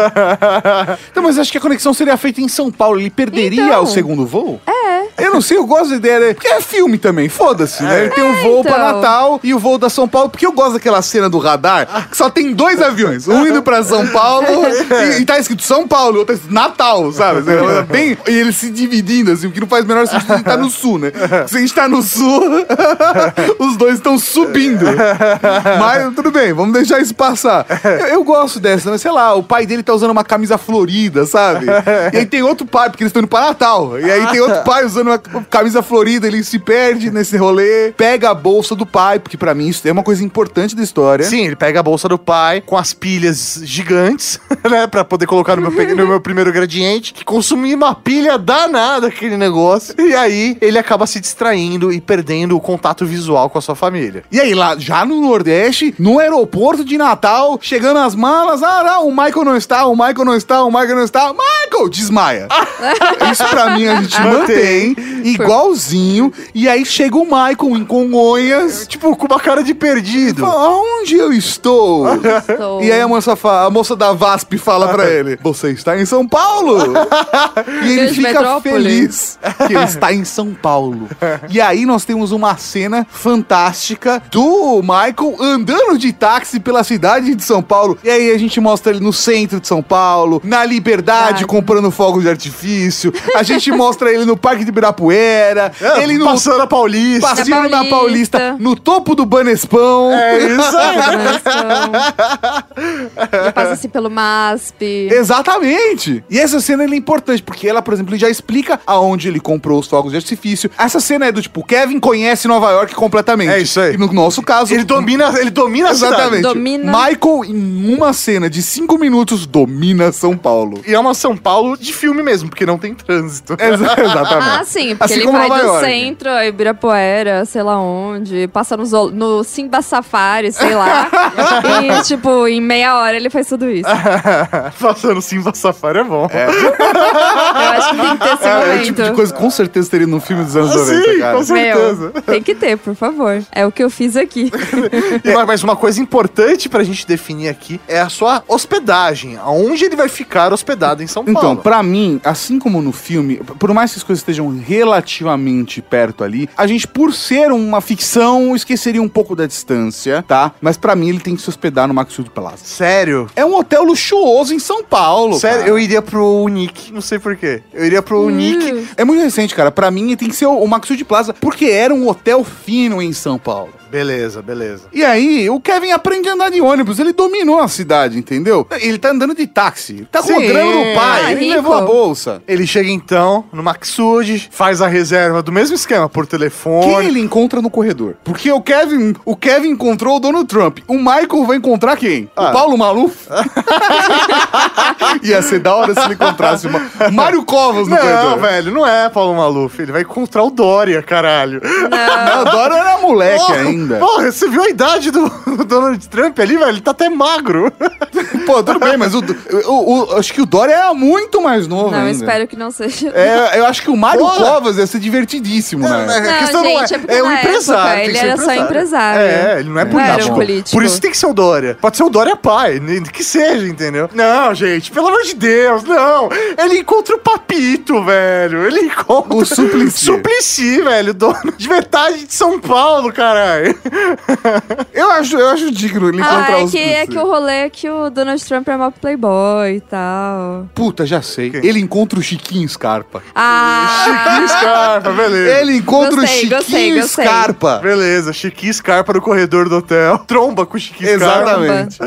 Então, mas acho que a conexão seria feita em São Paulo. Ele perderia Então. o segundo voo? É. Eu não sei, eu gosto da ideia. né? Porque é filme também, foda-se, né? Ele tem um voo pra então. Natal e o voo da São Paulo. Porque eu gosto daquela cena do radar que só tem dois aviões. Um indo pra São Paulo e, e tá escrito São Paulo, e outro tá escrito Natal, sabe? É Bem, e eles se dividindo, assim, o que não faz o menor sentido. Ele tá no sul, né? Se a gente tá no sul, os dois estão subindo. Mas tudo bem, vamos deixar isso passar. Eu, eu gosto dessa, mas sei lá, o pai dele tá usando uma camisa florida, sabe? E aí tem outro pai, porque eles estão indo pra Natal. E aí tem outro pai usando uma camisa florida, ele se perde nesse rolê, pega a bolsa do pai, porque pra mim isso é uma coisa importante da história. Sim, ele pega a bolsa do pai com as pilhas gigantes, né? Pra poder colocar no meu, pe- no meu primeiro gradiente, que consumia uma pilha danada aquele negócio. E aí ele acaba se distraindo e perdendo o contato visual com a sua família. E aí, lá já no Nordeste, no aeroporto de Natal, chegando as malas, ah, não, o Michael não está, o Michael não está, o Michael não está, Michael desmaia. Isso pra mim a gente mantém, igualzinho. E aí chega o Michael em Congonhas, Tipo, com uma cara de perdido. fala, onde eu estou? Sou- é E aí a moça, fa- a moça da VASP fala pra ele: Você está em São Paulo! e ele Grande fica metrópole. feliz que ele está em São Paulo. E aí nós temos uma cena fantástica do Michael andando de táxi pela cidade de São Paulo. E aí a gente mostra ele no centro de São Paulo, na Liberdade, Claro. comprando fogos de artifício. A gente mostra ele no Parque de Ibirapuera, É, ele no. passando a Paulista. Passeando na Paulista. Paulista, no topo do Banespão. É isso aí. Mansão. E passa assim pelo MASP. Exatamente! E essa cena ela é importante, porque ela, por exemplo, já explica aonde ele comprou os fogos de artifício. Essa cena é do tipo, Kevin conhece Nova York completamente. É isso aí. E no nosso caso, Ele domina, ele domina a cidade. Exatamente. Domina. Michael, em uma cena de cinco minutos, domina São Paulo. E é uma São Paulo de filme mesmo, porque não tem trânsito. É. Exa- Exatamente. Ah, sim, porque Assim ele como vai Nova do York. centro, a Ibirapuera, sei lá onde, passa no, Zool- no Simba Safari, sei lá. e, tipo, em meia hora ele faz tudo isso. Passando Simba Safari é bom. Eu acho que tem que ter esse É, momento. o tipo de coisa que com certeza teria num filme dos anos Ah, 90, sim, cara. com certeza. Meu, tem que ter, por favor. É o que eu fiz aqui. E, mas- Mas uma coisa importante pra gente definir aqui é a sua hospedagem. Aonde ele vai ficar hospedado em São Paulo. Então, pra mim, assim como no filme, p- por mais que as coisas estejam relativamente perto ali, a gente, por ser uma ficção, esqueceria um pouco da distância, tá? Mas pra mim, ele tem que se hospedar no Maxfield Plaza. Sério? É um hotel luxuoso em São Paulo. Sério, cara. eu iria pro Unic, não sei porquê. Eu iria pro Unic. Hum. É muito recente, cara. Pra mim, tem que ser o o Maxfield Plaza, porque era um hotel fino em São Paulo. Beleza, beleza. E aí, o Kevin aprende a andar de ônibus. Ele dominou a cidade, entendeu? Ele tá andando de táxi. Tá com Sim. grana no pai. Ah, ele rico. levou a bolsa. Ele chega então no Maxud, faz a reserva do mesmo esquema, por Quem telefone. ele encontra no corredor? Porque o Kevin, o Kevin encontrou o Donald Trump. O Michael vai encontrar quem? Ah. O Paulo Maluf? Ia ser da hora se ele encontrasse o Ma- Mário Covas no Não, corredor. velho, não é Paulo Maluf. Ele vai encontrar o Dória, caralho. Não, o Dora era moleque Porra, É ainda. Porra, você viu a idade do, do Donald Trump ali, velho? Ele tá até magro. oh, Pô, tudo bem, mas o, o- o- acho que o Dória era muito mais novo Não, ainda. espero que não seja. É, eu acho que o Mário Porra. Covas ia ser divertidíssimo, né? a Não, questão não gente, é- é porque é um na empresário, época tem que ele ser era só empresário. empresário. É, ele não é Não era um político. político. Por isso tem que ser o Dória. Pode ser o Dória pai, nem- que seja, entendeu? Não, gente, pelo amor de Deus, não. Ele encontra o Papito, velho. Ele encontra... O Suplicy. Suplicy, velho, dono de metade de São Paulo, caralho. Eu acho, eu acho digno ele encontrar Ah, é os que, é que o rolê é que o Donald Trump é mó playboy e tal. Puta, já sei. Quem? Ele encontra o Chiquinho Scarpa. Ah, Chiquinho Scarpa, beleza. Ele encontra Gostei, o Chiquinho gostei, gostei. Scarpa. Beleza, Chiquinho Scarpa no corredor do hotel. Tromba com o Chiquinho Scarpa. Exatamente.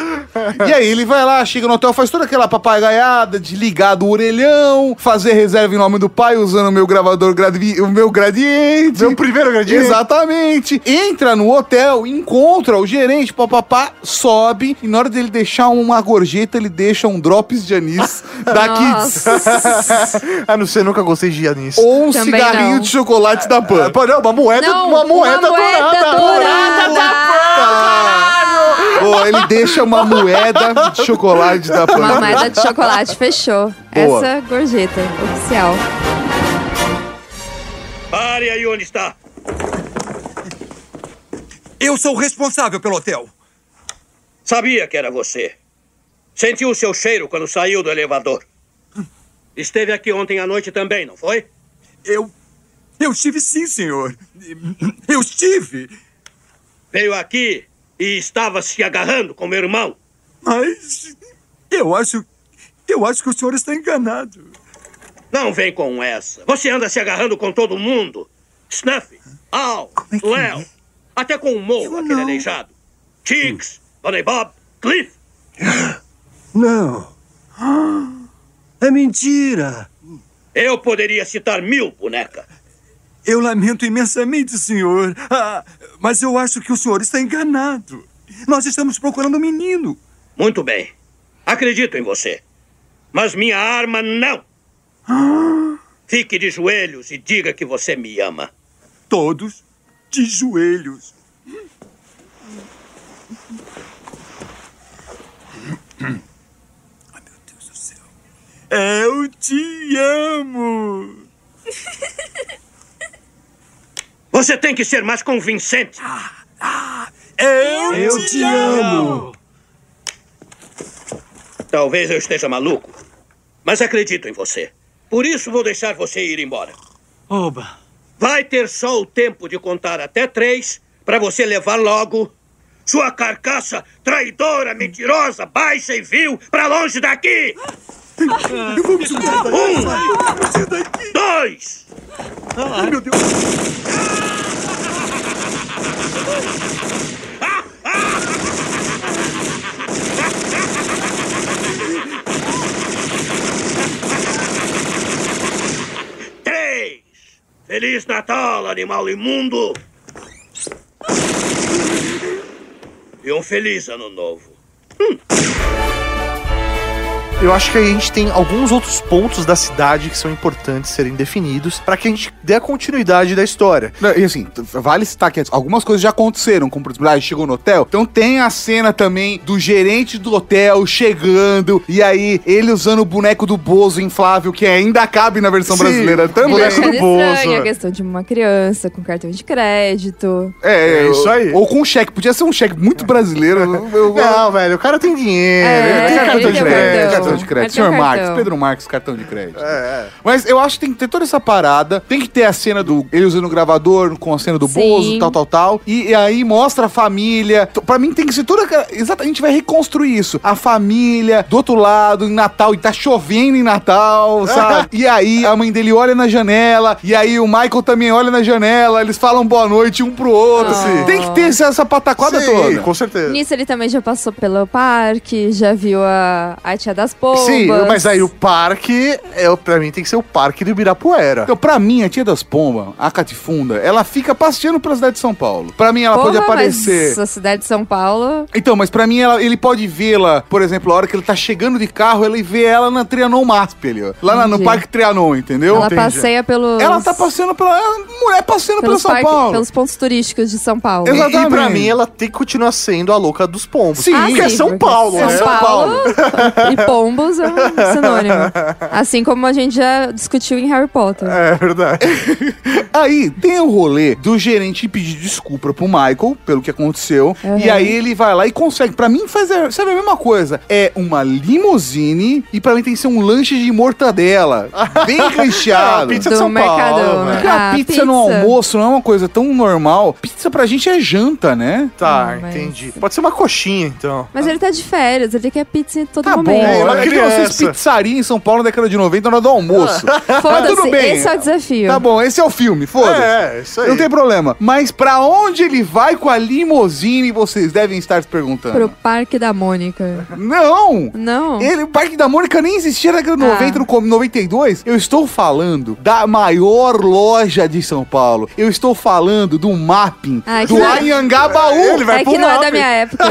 e aí ele vai lá, chega no hotel, faz toda aquela papagaiada de ligar do orelhão, fazer reserva em nome do pai usando o meu gravador, gradi- o meu gradiente. Meu primeiro gradiente. Exatamente. Entra no hotel, encontra o gerente, papapá, sobe. E na hora dele deixar uma gorjeta, ele deixa um drops de anis da Kids. Nossa. Ah, não sei, nunca gostei de anis. Ou um Também cigarrinho não. de chocolate da Pan. Pô, não, uma moeda, Não, uma moeda, É uma moeda dourada. dourada. Pô, ele deixa uma moeda de chocolate da Pan. Uma moeda de chocolate, fechou. Boa. Essa é gorjeta oficial. Pare aí onde está. Eu sou o responsável pelo hotel. Sabia que era você. Sentiu o seu cheiro quando saiu do elevador. Esteve aqui ontem à noite também, não foi? Eu. Eu estive sim, senhor. Eu estive. Veio aqui e estava se agarrando com meu irmão. Mas. Eu acho. Eu acho que o senhor está enganado. Não vem com essa. Você anda se agarrando com todo mundo. Snuff, Al, é que Léo, é? até com o Mo, Eu aquele não. aleijado. Chicks, Bunny Bob, Cliff. Não. É mentira. Eu poderia citar mil bonecas. Eu lamento imensamente, senhor. Ah, mas eu acho que o senhor está enganado. Nós estamos procurando um menino. Muito bem. Acredito em você. Mas minha arma não. Fique de joelhos e diga que você me ama. Todos de joelhos. Ai, Ah, meu Deus do céu. Eu te amo. Você tem que ser mais convincente. Eu, te, amo. Talvez eu esteja maluco, mas acredito em você. Por isso vou deixar você ir embora. Oba. Vai ter só o tempo de contar até três para você levar logo sua carcaça traidora, mentirosa, baixa e vil para longe daqui. Um, Eu vou me suicidar. Eu vou me suicidar. Dois. Ai, meu Deus. Três! Feliz Natal, animal imundo! E um feliz ano novo. Eu acho que a gente tem alguns outros pontos da cidade que são importantes serem definidos pra que a gente dê a continuidade da história. Não, E assim, t- vale citar que algumas coisas já aconteceram, como por exemplo, ah, chegou no hotel. Então tem a cena também do gerente do hotel chegando, e aí ele usando o boneco do Bozo inflável, que ainda cabe na versão Sim, brasileira também. boneco Achando do Bozo. é. estranha a questão de uma criança com cartão de crédito. É, É isso aí. É, Ou com cheque, podia ser um cheque muito brasileiro. Eu- eu- Não, velho, o cara tem dinheiro. É, ele tem Tem ele cartão de tem crédito. Cartão cartão. de crédito. Ele tem Senhor cartão. Marques, Pedro Marques, cartão de crédito. É, é. Mas eu acho que tem que ter toda essa parada. Tem que ter a cena do ele usando o gravador com a cena do Sim. Bozo, tal, tal, tal. E, e aí mostra a família. T- Pra mim tem que ser toda. aquela- Exato, a gente vai reconstruir isso. A família do outro lado, em Natal, e tá chovendo em Natal, sabe? e aí a mãe dele olha na janela, e aí o Michael também olha na janela, eles falam boa noite um pro outro. Ah. Tem que ter essa, essa pataquada Sim, toda. com certeza. Nisso ele também já passou pelo parque, já viu a, a tia das pombas. Sim, mas aí o parque, é, o- pra mim, tem que ser o parque do Ibirapuera. Então, pra mim, a Tia das Pombas, a Catifunda, ela fica passeando pela cidade de São Paulo. Pra mim, ela Porra, pode aparecer. Mas a cidade de São Paulo. Então, mas pra mim ela- ele pode vê-la, por exemplo, a hora que ele tá chegando de carro, ele vê ela na Trianon Masp ali, ó. Lá na- no Entendi. Parque Trianon, entendeu? ela Entendi. passeia pelos. Ela tá passeando pela. ela- Mulher passeando pela pelos, São parques- Paulo. pelos pontos turísticos de São Paulo. Exato. E, e pra Exatamente. mim, ela tem que continuar sendo a louca dos pombos. Sim, Ah, que é sim, São porque Paulo, São né? Paulo e pombos é um sinônimo. Assim como a gente já discutiu em Harry Potter. É verdade. Aí tem o rolê do gerente pedir desculpa pro Michael pelo que aconteceu. Uhum. E aí ele vai lá e consegue. Pra mim, faz a, sabe a mesma coisa. É uma limusine e pra mim tem que ser um lanche de mortadela. Bem Ah, recheado. pizza Do de São Paulo. Mercadão. né? Porque a Ah, pizza, no pizza. almoço não é uma coisa tão normal. Pizza pra gente é janta, né? Tá, Não, mas- entendi. Pode ser uma coxinha, então. Mas ele tá de férias, ele quer pizza em todo Tá bom, momento. É, uma é que nem vocês criança. pizzaria em São Paulo na década de 90 na hora do almoço. Mas Foda-se, Tá tudo bem. esse é o desafio. tá bom, esse é o filme, foda-se. É, isso aí. Não tem problema. Mas pra onde ele vai com a limousine, vocês devem estar se perguntando. Pro Parque da Mônica. Não! Não. Ele, o Parque da Mônica nem existia na década de Ah. 90, no com- 92. Eu estou falando da maior loja de São Paulo. Eu estou falando do mapping Ah, que do não- Anhangabaú. Ele vai É pro que não é mapa. da minha época.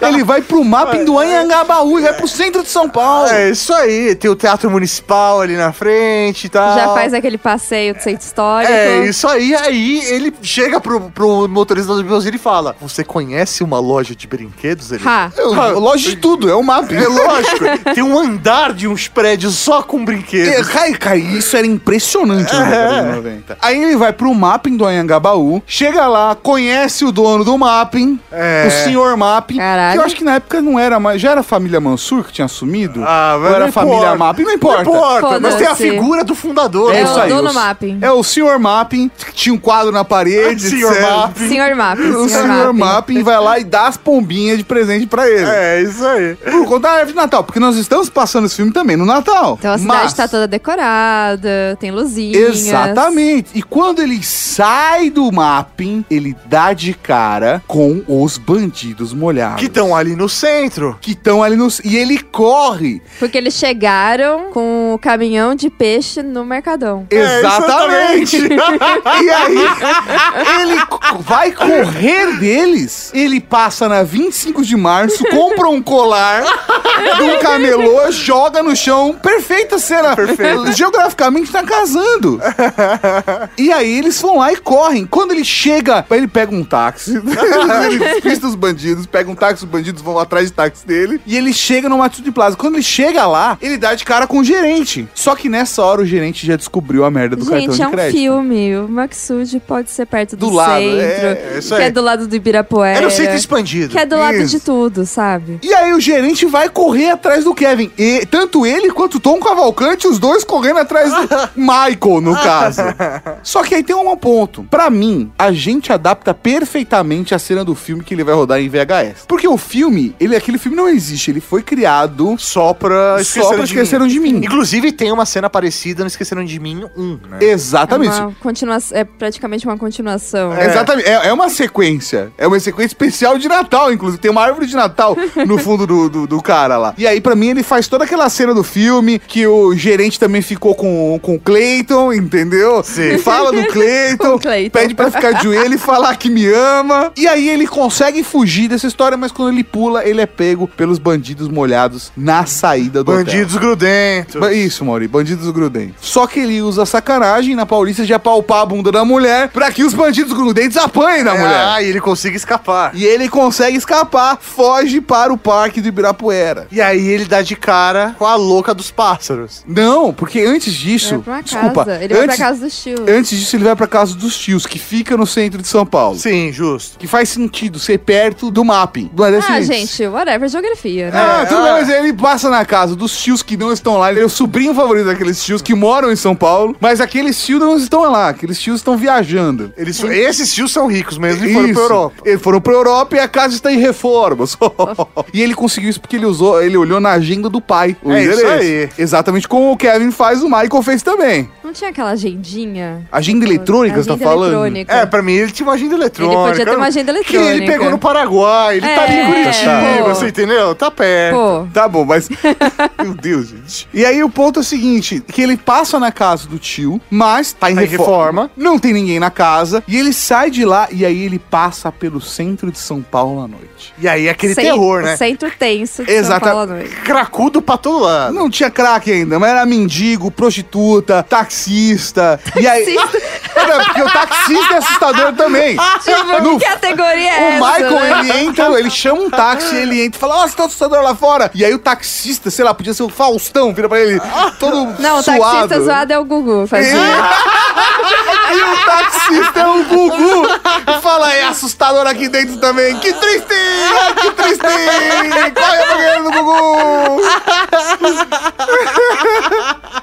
É, ele vai pro mapping do Anhangabaú e vai pro centro de São Paulo. É isso aí. Tem o Teatro Municipal ali na frente e tal. Já faz aquele passeio do centro histórico. É isso aí. Aí ele chega pro, pro motorista do limousine e fala: Você conhece uma loja de brinquedos? Ele, Ha. É, Loja de tudo, é o mapping. É lógico. tem um andar de uns prédios só com É, brinquedos. Cai, cai, isso era impressionante na década de É. 90. Aí ele vai pro mapping do Anhangabaú, chega lá, conhece o dono do mapping, É. o senhor mapping, Caralho. que eu acho que na época não era mais, já era a família Mansur que tinha assumido? Ah, Ou mas era não a família importa. mapping, não importa. Não importa, mas tem a Foda-se. figura do fundador. né? É o isso aí, dono o- mapping. É o senhor mapping, que tinha um quadro na parede, Senhor etc. Mapping. Senhor Mapping. O senhor mapping vai lá e dá as pombinhas de presente pra ele. É, isso aí. Por conta da árvore de Natal, porque nós estamos passando esse filme também no Natal. Então a cidade Mas- tá toda decorada, tem luzinhas. Exatamente. E quando ele sai do mapping, ele dá de cara com os bandidos molhados. Que estão ali no centro. Que estão ali no. E ele corre. Porque eles chegaram com o caminhão de peixe no Mercadão. exatamente. e aí, ele co- vai correr deles. Ele passa na 25 de março, compra um colar de um camelô, joga no chão. Perfeita cena. Perfeito. Geograficamente tá casando. E aí eles vão lá e correm. Quando ele chega, ele pega um táxi. ele despista os bandidos, pega um táxi, os bandidos vão atrás de táxi dele. E ele chega no Matsuda Plaza. Quando ele chega lá, ele dá de cara com o gerente. Só que nessa hora o gerente já descobriu a merda do cartão Gente, de é um crédito. filme. O Maxud pode ser perto do, Do lado, centro, é, isso que aí. é do lado do Ibirapuera, Era o centro expandido. que é do lado de Isso. tudo, sabe? E aí o gerente vai correr atrás do Kevin. E tanto ele quanto o Tom Cavalcante, os dois correndo atrás do Michael, no caso. Só que aí tem um ponto. Pra mim, a gente adapta perfeitamente a cena do filme que ele vai rodar em VHS. Porque o filme, ele, aquele filme não existe, ele foi criado Só pra só pra Esqueceram de Mim. Inclusive, tem uma cena parecida no Esqueceram de Mim 1, né? Exatamente. É, uma continua... é praticamente uma continuação. É. Exatamente. É, é uma sequência. É uma sequência especial de Natal, inclusive. Tem uma árvore de Natal no fundo do, do, do cara lá. E aí, pra mim, ele faz toda aquela cena do filme que o gerente também ficou com, com o Clayton, entendeu? Sim. Fala do Clayton, Com o Clayton. pede pra ficar de joelho e falar que me ama. E aí ele consegue fugir dessa história, mas quando ele pula, ele é pego pelos bandidos molhados na saída do hotel. Bandidos grudentos. Ba- Isso, Mauri, bandidos grudentes. Só que ele usa sacanagem na Paulista de apalpar a bunda da mulher pra que os bandidos grudentes apanhem da É, mulher. Ah, e ele consegue escapar. E ele consegue escapar, foge para o parque do Ibirapuera. E aí ele dá de cara com a louca dos pássaros. Não, porque antes disso. Ele vai É, pra uma desculpa. casa. Ele vai antes, pra casa do Chiu. antes disso, ele vai pra casa dos tios, que fica no centro de São Paulo. Sim, justo. Que faz sentido ser perto do mapping. Ah, gente, whatever, geografia, né? Ah, tudo ah. bem, mas ele passa na casa dos tios que não estão lá. Ele é o sobrinho favorito daqueles tios que moram em São Paulo, mas aqueles tios não estão lá, aqueles tios estão viajando. Eles, esses tios são ricos mesmo e foram Isso. pra Europa. Eles foram pra Europa e a casa está em reforma. só. e ele conseguiu isso porque ele usou, ele olhou na agenda do pai. o É isso endereço. Exatamente como o Kevin faz, o Michael fez também. Não tinha aquela agendinha? Tipo, Agenda eletrônica, você agenda tá falando? eletrônica. É, pra mim ele tinha uma agenda Então. Ele eletrônica. podia ter uma agenda Que eletrônica. ele pegou no Paraguai, ele tá ali em É, Curitiba, pô. você entendeu? Tá perto. Pô, Tá bom, mas. Meu Deus, gente. E aí o ponto é o seguinte: que ele passa na casa do tio, mas tá em, Tá em refor- reforma. Não tem ninguém na casa. E ele sai de lá e aí ele passa pelo centro de São Paulo à noite. E aí aquele cen- terror, né? Tá, Centro tenso tá de Exata- São Paulo à noite. Cracudo pra todo lado. Não tinha crack ainda, mas era mendigo, prostituta, taxista. E aí. Era porque o taxista é assustador também. Tipo, No que categoria O é essa? Michael, né? ele entra, ele chama um táxi, ele entra e fala, ó, você tá assustador lá fora. E aí o taxista, sei lá, podia ser o Faustão, vira pra ele, todo Não, o suado. taxista zoado é o Gugu. Fazia. E o taxista é um Gugu. Fala, é assustador aqui dentro também. Que tristeza, que tristeza. Corre pra ganhar do Gugu.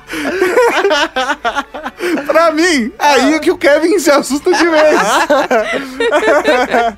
pra mim, aí é que o Kevin se assusta de vez.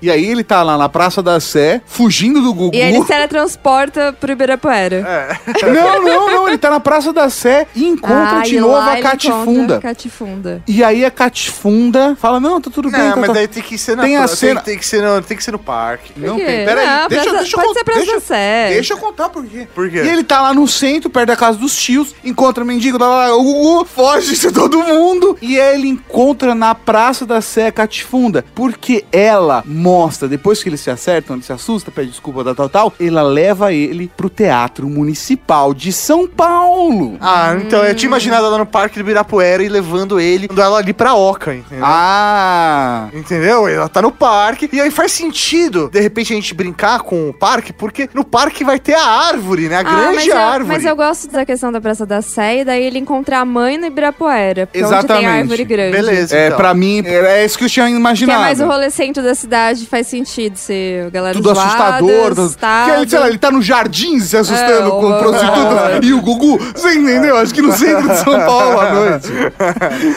e aí ele tá lá na Praça da Sé, fugindo do Gugu. É. E aí ele se teletransporta pro Ibirapuera. Não, não, não. Ele tá na Praça da Sé e encontra Ah, de e novo lá a ele encontra Catifunda. a Catifunda. E aí a Catifunda fala, não, tá tudo bem. Não, tá, mas tá- daí tem que ser na Tem a pra- cena- Tem, que ser no, tem que ser no parque. Não quê? tem. Peraí, Não, deixa, Praça- deixa, eu pode con- ser Praça deixa, Sé. deixa eu contar por quê. Por quê? E ele tá lá no centro, perto da casa dos tios, encontra mendigo, lá, lá, lá, o Gugu, foge de todo mundo. E aí ele encontra na Praça da Sé Catifunda, porque ela mostra, depois que eles se acertam, ele se assusta, pede desculpa, tal, tal, tal, ela leva ele pro Teatro Municipal de São Paulo. Ah, então eu tinha Hum. imaginado ela no parque do Ibirapuera e levando ele, dando ela ali pra Oca, entendeu? Ah! Entendeu? Ela tá no parque. E aí faz sentido, de repente, a gente brincar com o parque, porque no parque vai ter a árvore, né? A Ah, mas grande eu, árvore. mas eu gosto da questão da Praça da Sé e daí ele encontra a mãe no Ibirapuera. porque é Onde tem a Exatamente. árvore grande. Beleza. É, então. pra mim, era isso que eu tinha Que é imaginado. mais o rolê centro da cidade, faz sentido ser a galera tudo zoada, assustador. tudo- assustada. Que ele, sei lá, ele tá no jardim se assustando É, com o- prostitutas e o Gugu. Você entendeu? Acho que no centro de São Paulo à noite.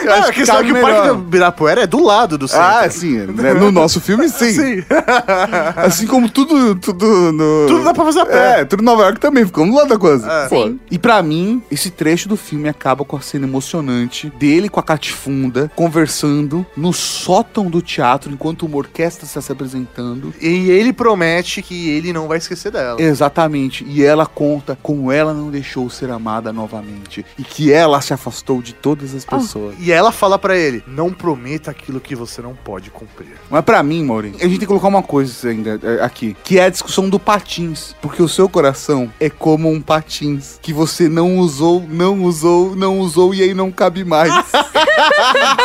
Ah, a questão é cabe que o parque tá melhor. do Ibirapuera é do lado do centro. é Ah, sim. né? No nosso filme, sim. Assim como tudo. Tudo, no... Tudo dá pra fazer a pé. É, tudo em Nova York também, ficamos lá da coisa. É. Pô, Sim. E pra mim, esse trecho do filme acaba com a cena emocionante dele com a catifunda, conversando no sótão do teatro enquanto uma orquestra está se apresentando. E ele promete que ele não vai esquecer dela. É. Exatamente. E ela conta como ela não deixou ser amada novamente e que ela se afastou de todas Ah. as pessoas. E ela fala pra ele: não prometa aquilo que você não pode cumprir. Mas pra mim, Maurinho, a gente tem que colocar uma coisa ainda é, aqui, que é a discussão do patins, porque o seu coração é como um patins que você não usou, não usou, não usou e aí não cabe mais.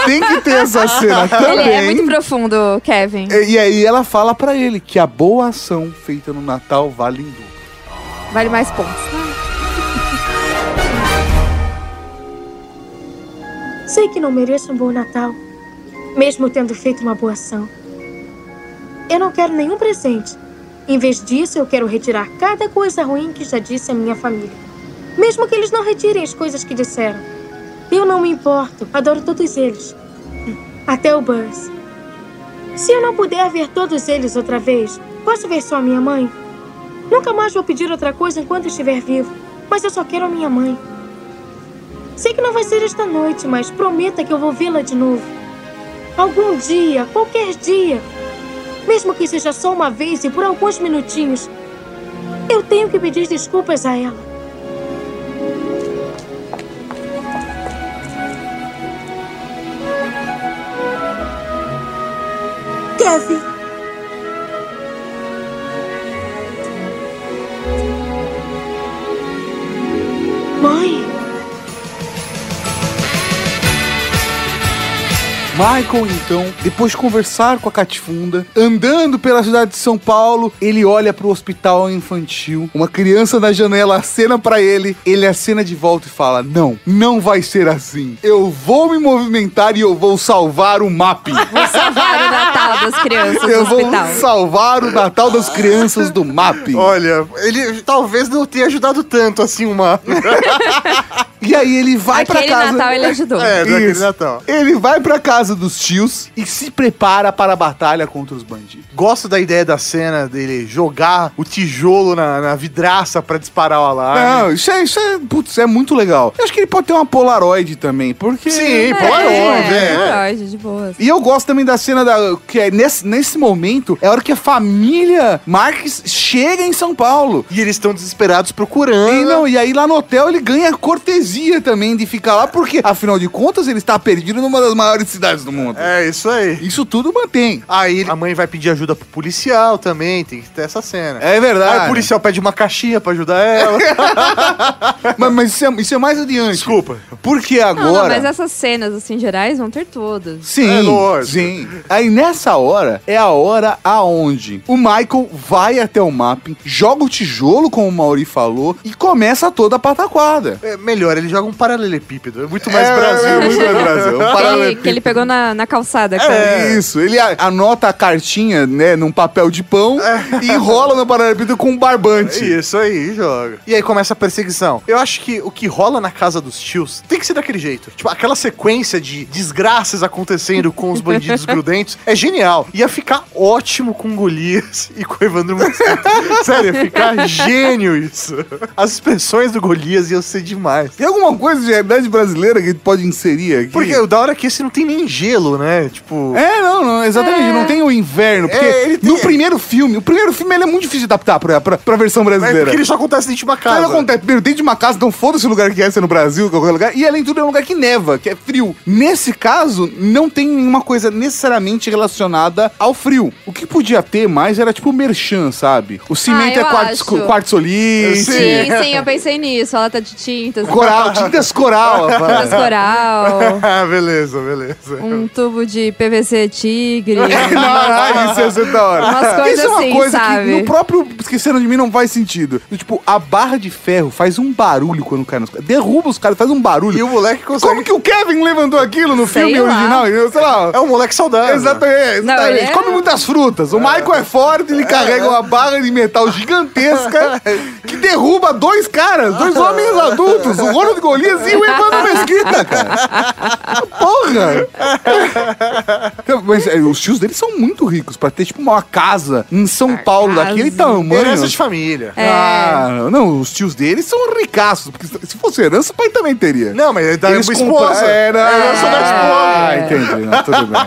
tem que ter essa cena Ele também. é muito profundo, Kevin. E- E aí ela fala pra ele que a boa ação feita no Natal vale em dobro. Vale mais pontos. Sei que não mereço um bom Natal, mesmo tendo feito uma boa ação. Eu não quero nenhum presente. Em vez disso, eu quero retirar cada coisa ruim que já disse à minha família. Mesmo que eles não retirem as coisas que disseram. Eu não me importo, adoro todos eles. Até o Buzz. Se eu não puder ver todos eles outra vez, posso ver só a minha mãe? Nunca mais vou pedir outra coisa enquanto estiver vivo, mas eu só quero a minha mãe. Sei que não vai ser esta noite, mas prometa que eu vou vê-la de novo. Algum dia, qualquer dia. Mesmo que seja só uma vez e por alguns minutinhos. Eu tenho que pedir desculpas a ela. Kevin! Mãe, Michael, então, depois de conversar com a Catifunda, andando pela cidade de São Paulo, ele olha pro hospital infantil. Uma criança na janela acena pra ele, ele acena de volta e fala: Não, não vai ser assim. Eu vou me movimentar e eu vou salvar o MAP. Vou salvar o Natal das crianças Eu no vou É, hospital. salvar o Natal das crianças do MAP. Olha, ele talvez não tenha ajudado tanto assim uma. E aí ele vai pra Aquele casa. Natal ele ajudou. é, daquele Isso. Natal. Ele vai pra casa dos tios e se prepara para a batalha contra os bandidos. Gosto da ideia da cena dele jogar o tijolo na, na vidraça pra disparar o alarme. Não, isso é, isso é, putz, é muito legal. Eu acho que ele pode ter uma Polaroid também, porque... Sim, É, Polaroid, é, é. Polaroid, de boas. E eu gosto também da cena da que é nesse, nesse momento é a hora que a família Marques chega em São Paulo. E eles estão desesperados procurando. E, não, e aí lá no hotel ele ganha cortesia também de ficar lá, porque afinal de contas ele está perdido numa das maiores cidades do mundo. É isso aí. Isso tudo mantém. Aí ele- a mãe vai pedir ajuda pro policial também, tem que ter essa cena. É verdade. Aí o policial pede uma caixinha pra ajudar ela. Mas, mas isso, é, isso é mais adiante. Desculpa. Porque Não, agora... não, mas essas cenas, assim, gerais vão ter todas. Sim, É lógico. sim. Aí nessa hora é a hora aonde o Michael vai até o mapping, joga o tijolo, como o Mauri falou, e começa toda a pataquada. É melhor, ele joga um paralelepípedo. É muito mais É, Brasil. é, é muito mais Brasil. Um Ele, que ele pegou na, na calçada. cara. É isso, ele a- anota a cartinha, né, num papel de pão e enrola no paralelepípedo com um barbante. É. Isso aí, joga. E aí começa a perseguição. Eu acho que o que rola na casa dos tios tem que ser daquele jeito. Tipo, aquela sequência de desgraças acontecendo com os bandidos grudentos é genial. Ia ficar ótimo com o Golias e com o Evandro Mosquito. Sério, ia ficar gênio isso. As expressões do Golias iam ser demais. Tem alguma coisa de realidade brasileira que a gente pode inserir aqui? Porque o da hora é que esse não tem nem gelo, né? Tipo. É, não, não, exatamente, não tem o inverno, porque É, ele tem- no primeiro filme, o primeiro filme ele é muito difícil de adaptar pra, pra, pra versão É brasileira. porque ele só acontece dentro de uma Cara, casa. acontece primeiro dentro de uma casa, então foda-se o lugar que é, se é no Brasil, qualquer lugar. E além de tudo, é um lugar que neva, que é frio. Nesse caso, não tem nenhuma coisa necessariamente relacionada ao frio. O que podia ter mais era tipo merchan, sabe? O cimento Ah, eu é quartz, acho. quartzolite, Sim, sim, eu pensei nisso. Ela tá de tintas, coral, tintas coral. tintas coral, Ah, beleza, beleza. um tubo de PVC tigre. Caralho, é isso ia ser da hora. Umas coisas isso é uma assim, coisa sabe? que no próprio Esqueceram de Mim não faz sentido. Tipo, a barra de ferro faz um barulho quando cai nos caras. Derruba os caras, faz um barulho. E o moleque consegue. Como que o Kevin levantou aquilo no Sei filme lá. original? Eu Sei lá. É um moleque saudável. Exatamente, Não, exatamente. ele é- Come muitas frutas. O Michael é forte, ele carrega uma barra de metal gigantesca que derruba dois caras, dois homens adultos, o Ronald Golias e o Evandro Mesquita, cara. Porra! Mas é, os tios dele são muito ricos pra ter, tipo, uma casa em São Paulo daquele tamanho. Herança de família. É. Ah, não, os tios deles são ricaços, porque se fosse herança, o pai também teria. Não, mas ele tá uma Eles esposa. compra- Era É herança da Ah, esposa. entendi. Não, tudo bem.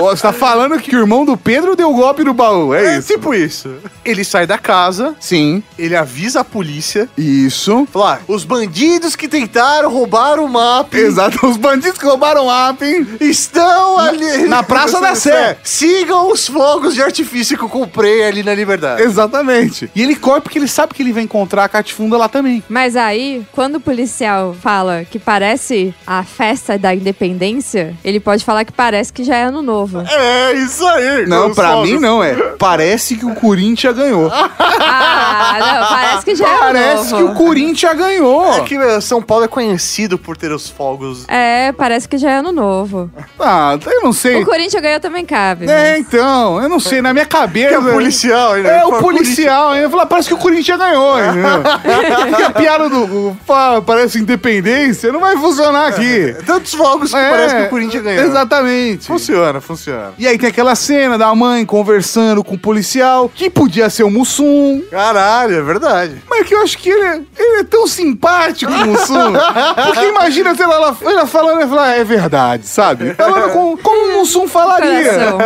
Ô, Você tá falando que o irmão do Pedro deu golpe no baú, é, É isso? tipo isso. Ele sai da casa, Sim, ele avisa a polícia, isso. fala, "Ah, os bandidos que tentaram roubar o mapa Exato, os bandidos que roubaram o app, hein? estão ali... É, na Praça da Sé. Sigam os fogos de artifício que eu comprei ali na Liberdade. Exatamente. E ele corre porque ele sabe que ele vai encontrar a Catifunda lá também. Mas aí, quando o policial fala que parece a festa da independência, ele pode falar que parece que já é ano novo. É isso aí. Não, os pra fogos. mim não é. Parece que o Corinthians ganhou. Ah, não, parece que já é ano novo. Parece que o Corinthians ganhou. É que meu, São Paulo é conhecido por ter os fogos. É, parece que já é ano novo. Ah, eu não sei. O Corinthians ganhou também cabe. É, então, eu não sei, na minha cabeça. É o policial, né? É, o Foi policial. Eu falar, parece que o Corinthians ganhou, entendeu? Porque a piada do pá, parece independência não vai funcionar aqui. Tantos fogos que É, parece que o Corinthians ganhou. Exatamente. Funciona, funciona. E aí tem aquela cena da mãe conversando com o policial, que podia ser o Mussum, Caralho, é verdade. mas que eu acho que ele é, ele é tão simpático, o Mussum. Porque imagina, sei lá, ela, ela falando, ela fala, "Ah, é verdade, sabe? Falando com, como o Mussum falaria. Coração.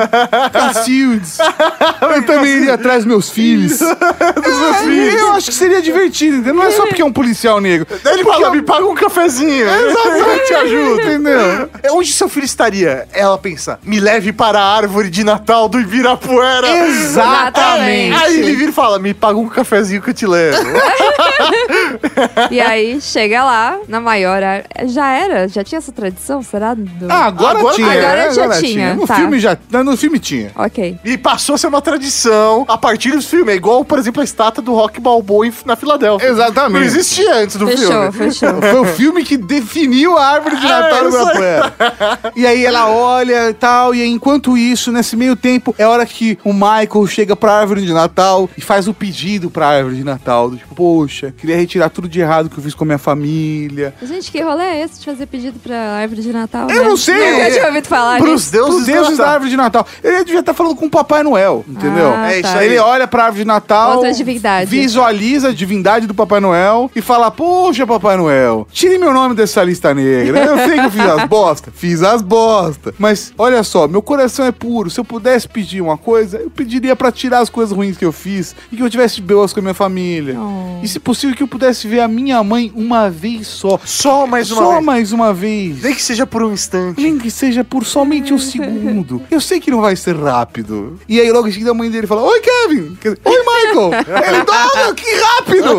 Cacildes. Eu também iria atrás dos meus filhos. É, Eu acho que seria divertido, entendeu? Não é só porque é um policial negro. Daí ele fala, me paga um cafezinho. Exatamente, te ajuda, entendeu? É Onde seu filho estaria? É Ela pensa, me leve para a árvore de Natal do Ibirapuera. Exatamente. Aí ele vira e fala, me paga um cafezinho que eu te levo. E aí chega lá, na maior. ar- Já era? Já tinha essa tradição? Será? Do... Ah, agora, Agora- tinha. agora né? já tinha, No tá. filme já. No filme tinha. Ok. e passou a ser uma tradição a partir dos filmes. É igual, por exemplo, a estátua do Rock Balboa em- na Filadélfia. Exatamente. Não existia antes do filme. Fechou, fechou. Foi o filme que definiu a árvore de Natal É, do isso aí. Ibirapuera. E aí ela olha e tal, e enquanto isso, nesse meio tempo, é hora que o Michael chega pra árvore de Natal e faz o pedido pra árvore de Natal. do Tipo, poxa, queria retirar tudo de errado que eu fiz com a minha família. Gente, que rolê é esse de fazer pedido pra árvore de Natal? Eu né? não sei. Nunca tinha ouvido falar Pros disso. deuses, Os deuses da árvore de Natal. Ele devia estar falando com o Papai Noel, entendeu? Ah, É isso tá. aí. Ele olha pra árvore de Natal, Outra divindade. visualiza a divindade do Papai Noel e fala: Poxa, Papai Noel, tire meu nome dessa lista negra. Eu sei que eu fiz as bosta. Fiz as bosta. Mas olha só, meu coração é puro. Se eu pudesse pedir uma coisa, eu pediria pra tirar as coisas ruins que eu fiz e que eu tivesse boas com a minha família. Oh. E se possível que eu pudesse ver a minha mãe uma vez só. Só mais uma só vez. mais uma vez. Nem que seja por um instante. Nem que seja por somente um segundo. Eu sei que não vai ser rápido. E aí logo em seguida a mãe dele fala: Oi, Kevin! Quer dizer, Oi, Michael! Ele, nossa, que rápido!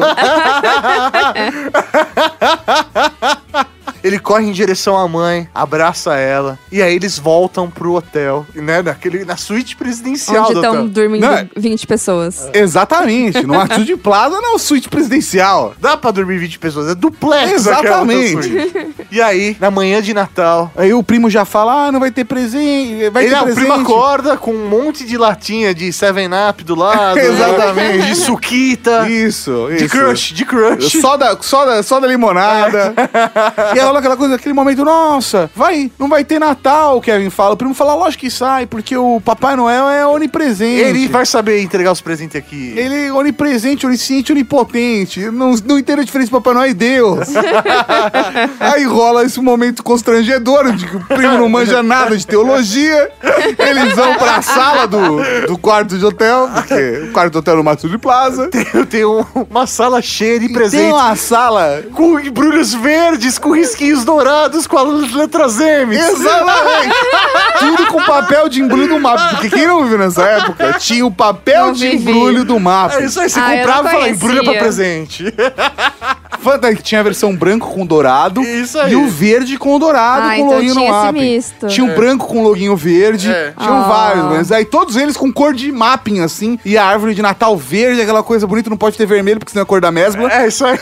Ele corre em direção à mãe, abraça ela, e aí eles voltam pro hotel, né? Naquele, na suíte presidencial Onde do estão hotel. dormindo Não, é- 20 pessoas. Exatamente, no Atitude Plaza não suíte presidencial. Dá pra dormir 20 pessoas, é duplex aquela Exatamente. suíte. E aí, na manhã de Natal, Aí o primo já fala: Ah, não vai ter presente. Vai ele ter é o presente. primo acorda com um monte de latinha de 7-Up do lado. né? Exatamente. De suquita. Isso, isso. De crush, de crush. Só da, só, da, só da limonada. É. e aí rola aquela coisa, aquele momento, nossa, vai, não vai ter Natal, o Kevin fala. O primo fala, lógico que sai, porque o Papai Noel é onipresente. Ele vai saber entregar os presentes aqui. Ele é onipresente, onisciente, onipotente. Não, não entende a diferença entre Papai Noel e Deus. Aí rola esse momento constrangedor de que o primo não manja nada de teologia. Eles vão pra sala do, do quarto de hotel, porque o quarto de hotel é no Mato de Plaza. Eu tenho um- uma sala cheia de Tem presentes. uma sala Com embrulhos verdes, com risquinhos dourados, com as letras M. Exatamente! Tudo com papel de embrulho do mapa. Porque quem não viu nessa época tinha o papel Não de vivi. embrulho do mapa. É isso aí, você Ah, eu não comprava e falava, conhecia. embrulha pra presente. Fantástico. Tinha a versão branco com dourado. Isso aí. E o verde com o dourado, com o Ah, então loginho tinha no esse mapping. misto. Tinha o branco com o loginho verde. É. Tinham Ah. vários, mas aí todos eles com cor de mapping, assim. E a árvore de Natal verde, aquela coisa bonita, não pode ter vermelho, porque senão é cor da mesma. É, isso aí.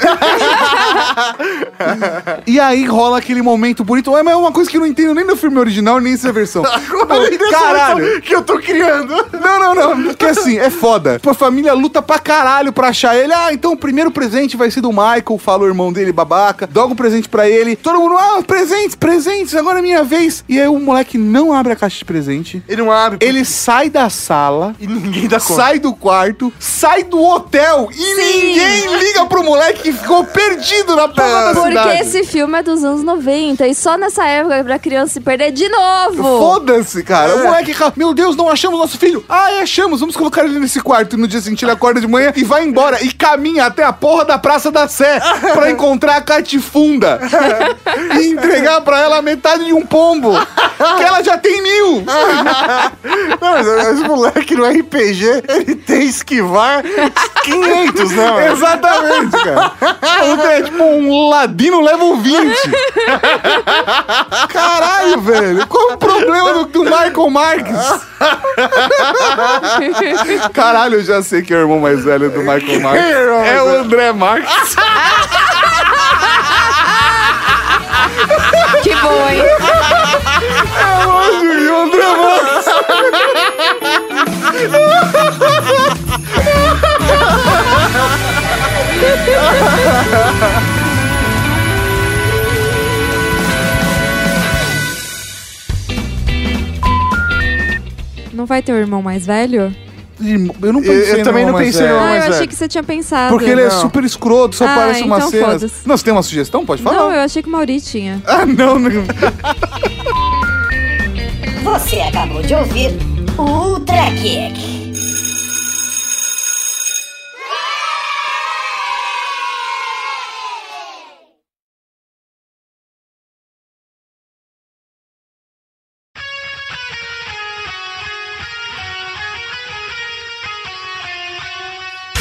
E aí rola aquele momento bonito. Ué, mas é uma coisa que eu não entendo nem no filme original, nem nessa versão. Caralho! Que eu tô criando. Não, não, não. Porque assim, é foda. Pô, a família luta pra caralho pra achar ele. Ah, então o primeiro presente vai ser do Michael, fala o irmão dele, babaca. Doga um presente pra ele. Todo mundo, ah, presentes, presentes, agora é minha vez. E aí o moleque não abre a caixa de presente. Ele não abre. Ele sai da sala, E ninguém dá conta. sai do quarto, sai do hotel e ninguém liga pro moleque que ficou perdido Ah, tá na porra da Porque cidade. esse filme é dos anos 90 e só nessa época pra criança se perder de novo. Foda-se, cara. O moleque, fala, meu Deus, não achamos nosso filho. Ah, achamos. Vamos colocar ele nesse quarto. E no dia seguinte ele acorda de manhã e vai embora. E caminha até a porra da Praça da Sé pra encontrar a Catifunda. e entregar pra ela metade de um pombo. que ela já tem mil. Não, mas esse moleque no RPG, ele tem esquivar 500, né? mano? Exatamente, cara. Puta, É tipo um ladino level 20. Caralho, velho. Qual o problema do, do Michael Marques? Caralho, eu já sei que é o irmão mais velho do Michael Marques. É o André Marques. Que bom, hein? E o André Marques. Não vai ter o irmão mais velho? Eu não Eu- eu no também irmão não mais pensei no velho. irmão ah, eu mais achei velho. que você tinha pensado. Porque ele é Não. super escroto, só Ah, aparece uma então cena. foda-se. Não, você tem uma sugestão? Pode falar. Não, eu achei que o Mauri tinha. Ah, não, não. Você acabou de ouvir o Ultra Kick.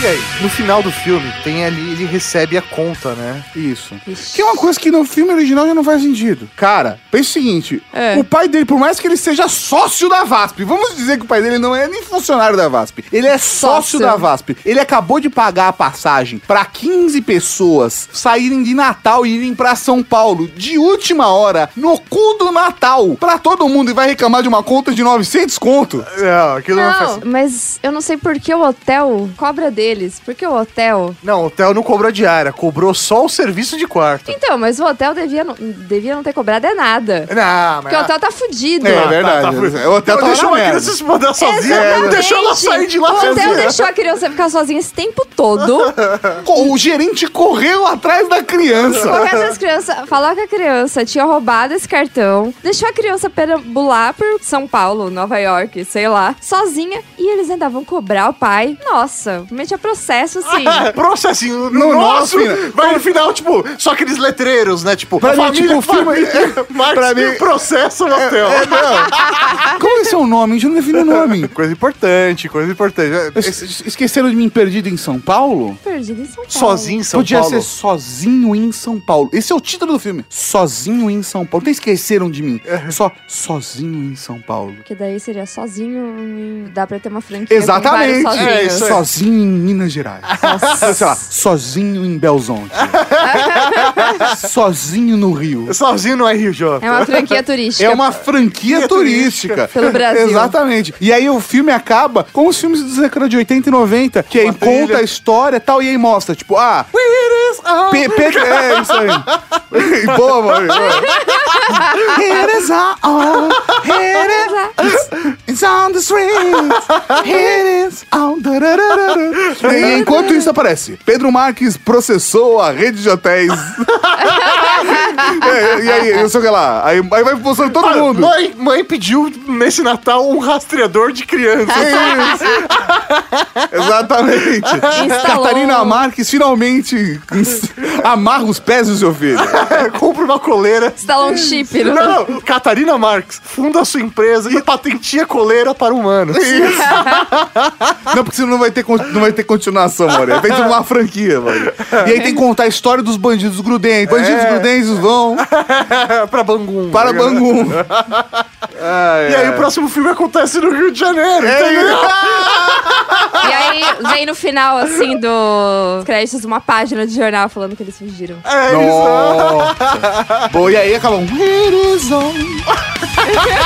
E aí? No final do filme, tem ali, ele recebe a conta, né? Isso. Que é uma coisa que no filme original já não faz sentido. Cara, pensa o seguinte: É. o pai dele, por mais que ele seja sócio da VASP, vamos dizer que o pai dele não é nem funcionário da VASP. Ele é sócio, Sócio. da VASP. Ele acabou de pagar a passagem pra 15 pessoas saírem de Natal e irem pra São Paulo de última hora, no cu do Natal, pra todo mundo e vai reclamar de uma conta de 900 conto. Não, É, aquilo não, faz Não, sentido. mas eu não sei por que o hotel cobra deles. Porque o hotel. Não, o Theo não cobrou a diária, cobrou só o serviço de quarto. Então, mas o hotel devia, não- devia não ter cobrado é nada. Não, mas... Porque o hotel tá fudido. É verdade. O hotel tá deixou uma uma merda. criança se mandar né? sozinha, Exatamente. deixou ela sair de lá O hotel sozinha. deixou a criança ficar sozinha esse tempo todo. O gerente correu atrás da criança. Qualquer das crianças falou que a criança tinha roubado esse cartão, deixou a criança perambular por São Paulo, Nova York, sei lá, sozinha, e eles ainda vão cobrar o pai. Nossa, metia processo assim. Ah, é. Processinho no, No nosso, nosso, né? vai no final, tipo, só aqueles letreiros, né? Tipo, Pra mim, família, tipo, o filme- família, mas pra mim- É, processa no hotel. Como esse é o nome? A gente não define o nome. Coisa importante, coisa importante. Es- es- Esqueceram de mim perdido em São Paulo? Perdido em São Paulo. Sozinho em São Podia Paulo. ser Sozinho em São Paulo. Esse é o título do filme. Sozinho em São Paulo. Não esqueceram de mim. Uhum. Só Sozinho em São Paulo. Porque daí seria sozinho e dá pra ter uma franquia. Exatamente. Com vários É, sozinhos. isso aí. Sozinho em Minas Gerais. Nossa. Sei lá, sozinho em Belzonte. sozinho no Rio. Sozinho não é Rio Jô. É uma franquia turística. É uma franquia turística. Pelo Brasil. Exatamente. E aí o filme acaba com os filmes dos década de 80 e 90, que aí Uma trilha. conta a história e tal, e aí mostra, tipo, ah... Pe pe- é isso aí. Boa, mano. Here is all, here is- it's on the street, here is all, dararara. E enquanto isso aparece, Pedro Marques processou a rede de hotéis É, e aí, eu sei o que lá. Aí, aí vai funcionando todo Mano, mundo. Mãe, mãe pediu nesse Natal um rastreador de criança. Exatamente. Instalou. Catarina Marques finalmente amarra os pés do seu filho. Compra uma coleira. Instalar um chip. no- Não, não. Catarina Marx, funda a sua empresa e patenteia coleira para humanos. Não, porque senão não vai ter, con- não vai ter continuação, mano. É feito uma franquia, mano. E aí tem que contar a história dos bandidos grudentos. Bandidos grudentos vão para Bangu. para Bangu. E É. aí o próximo filme acontece no Rio de Janeiro. entendeu? E aí vem no final, assim, do créditos, uma página de jornal falando que eles fugiram. É, isso. Nossa. Pô, e aí acabam. It is on.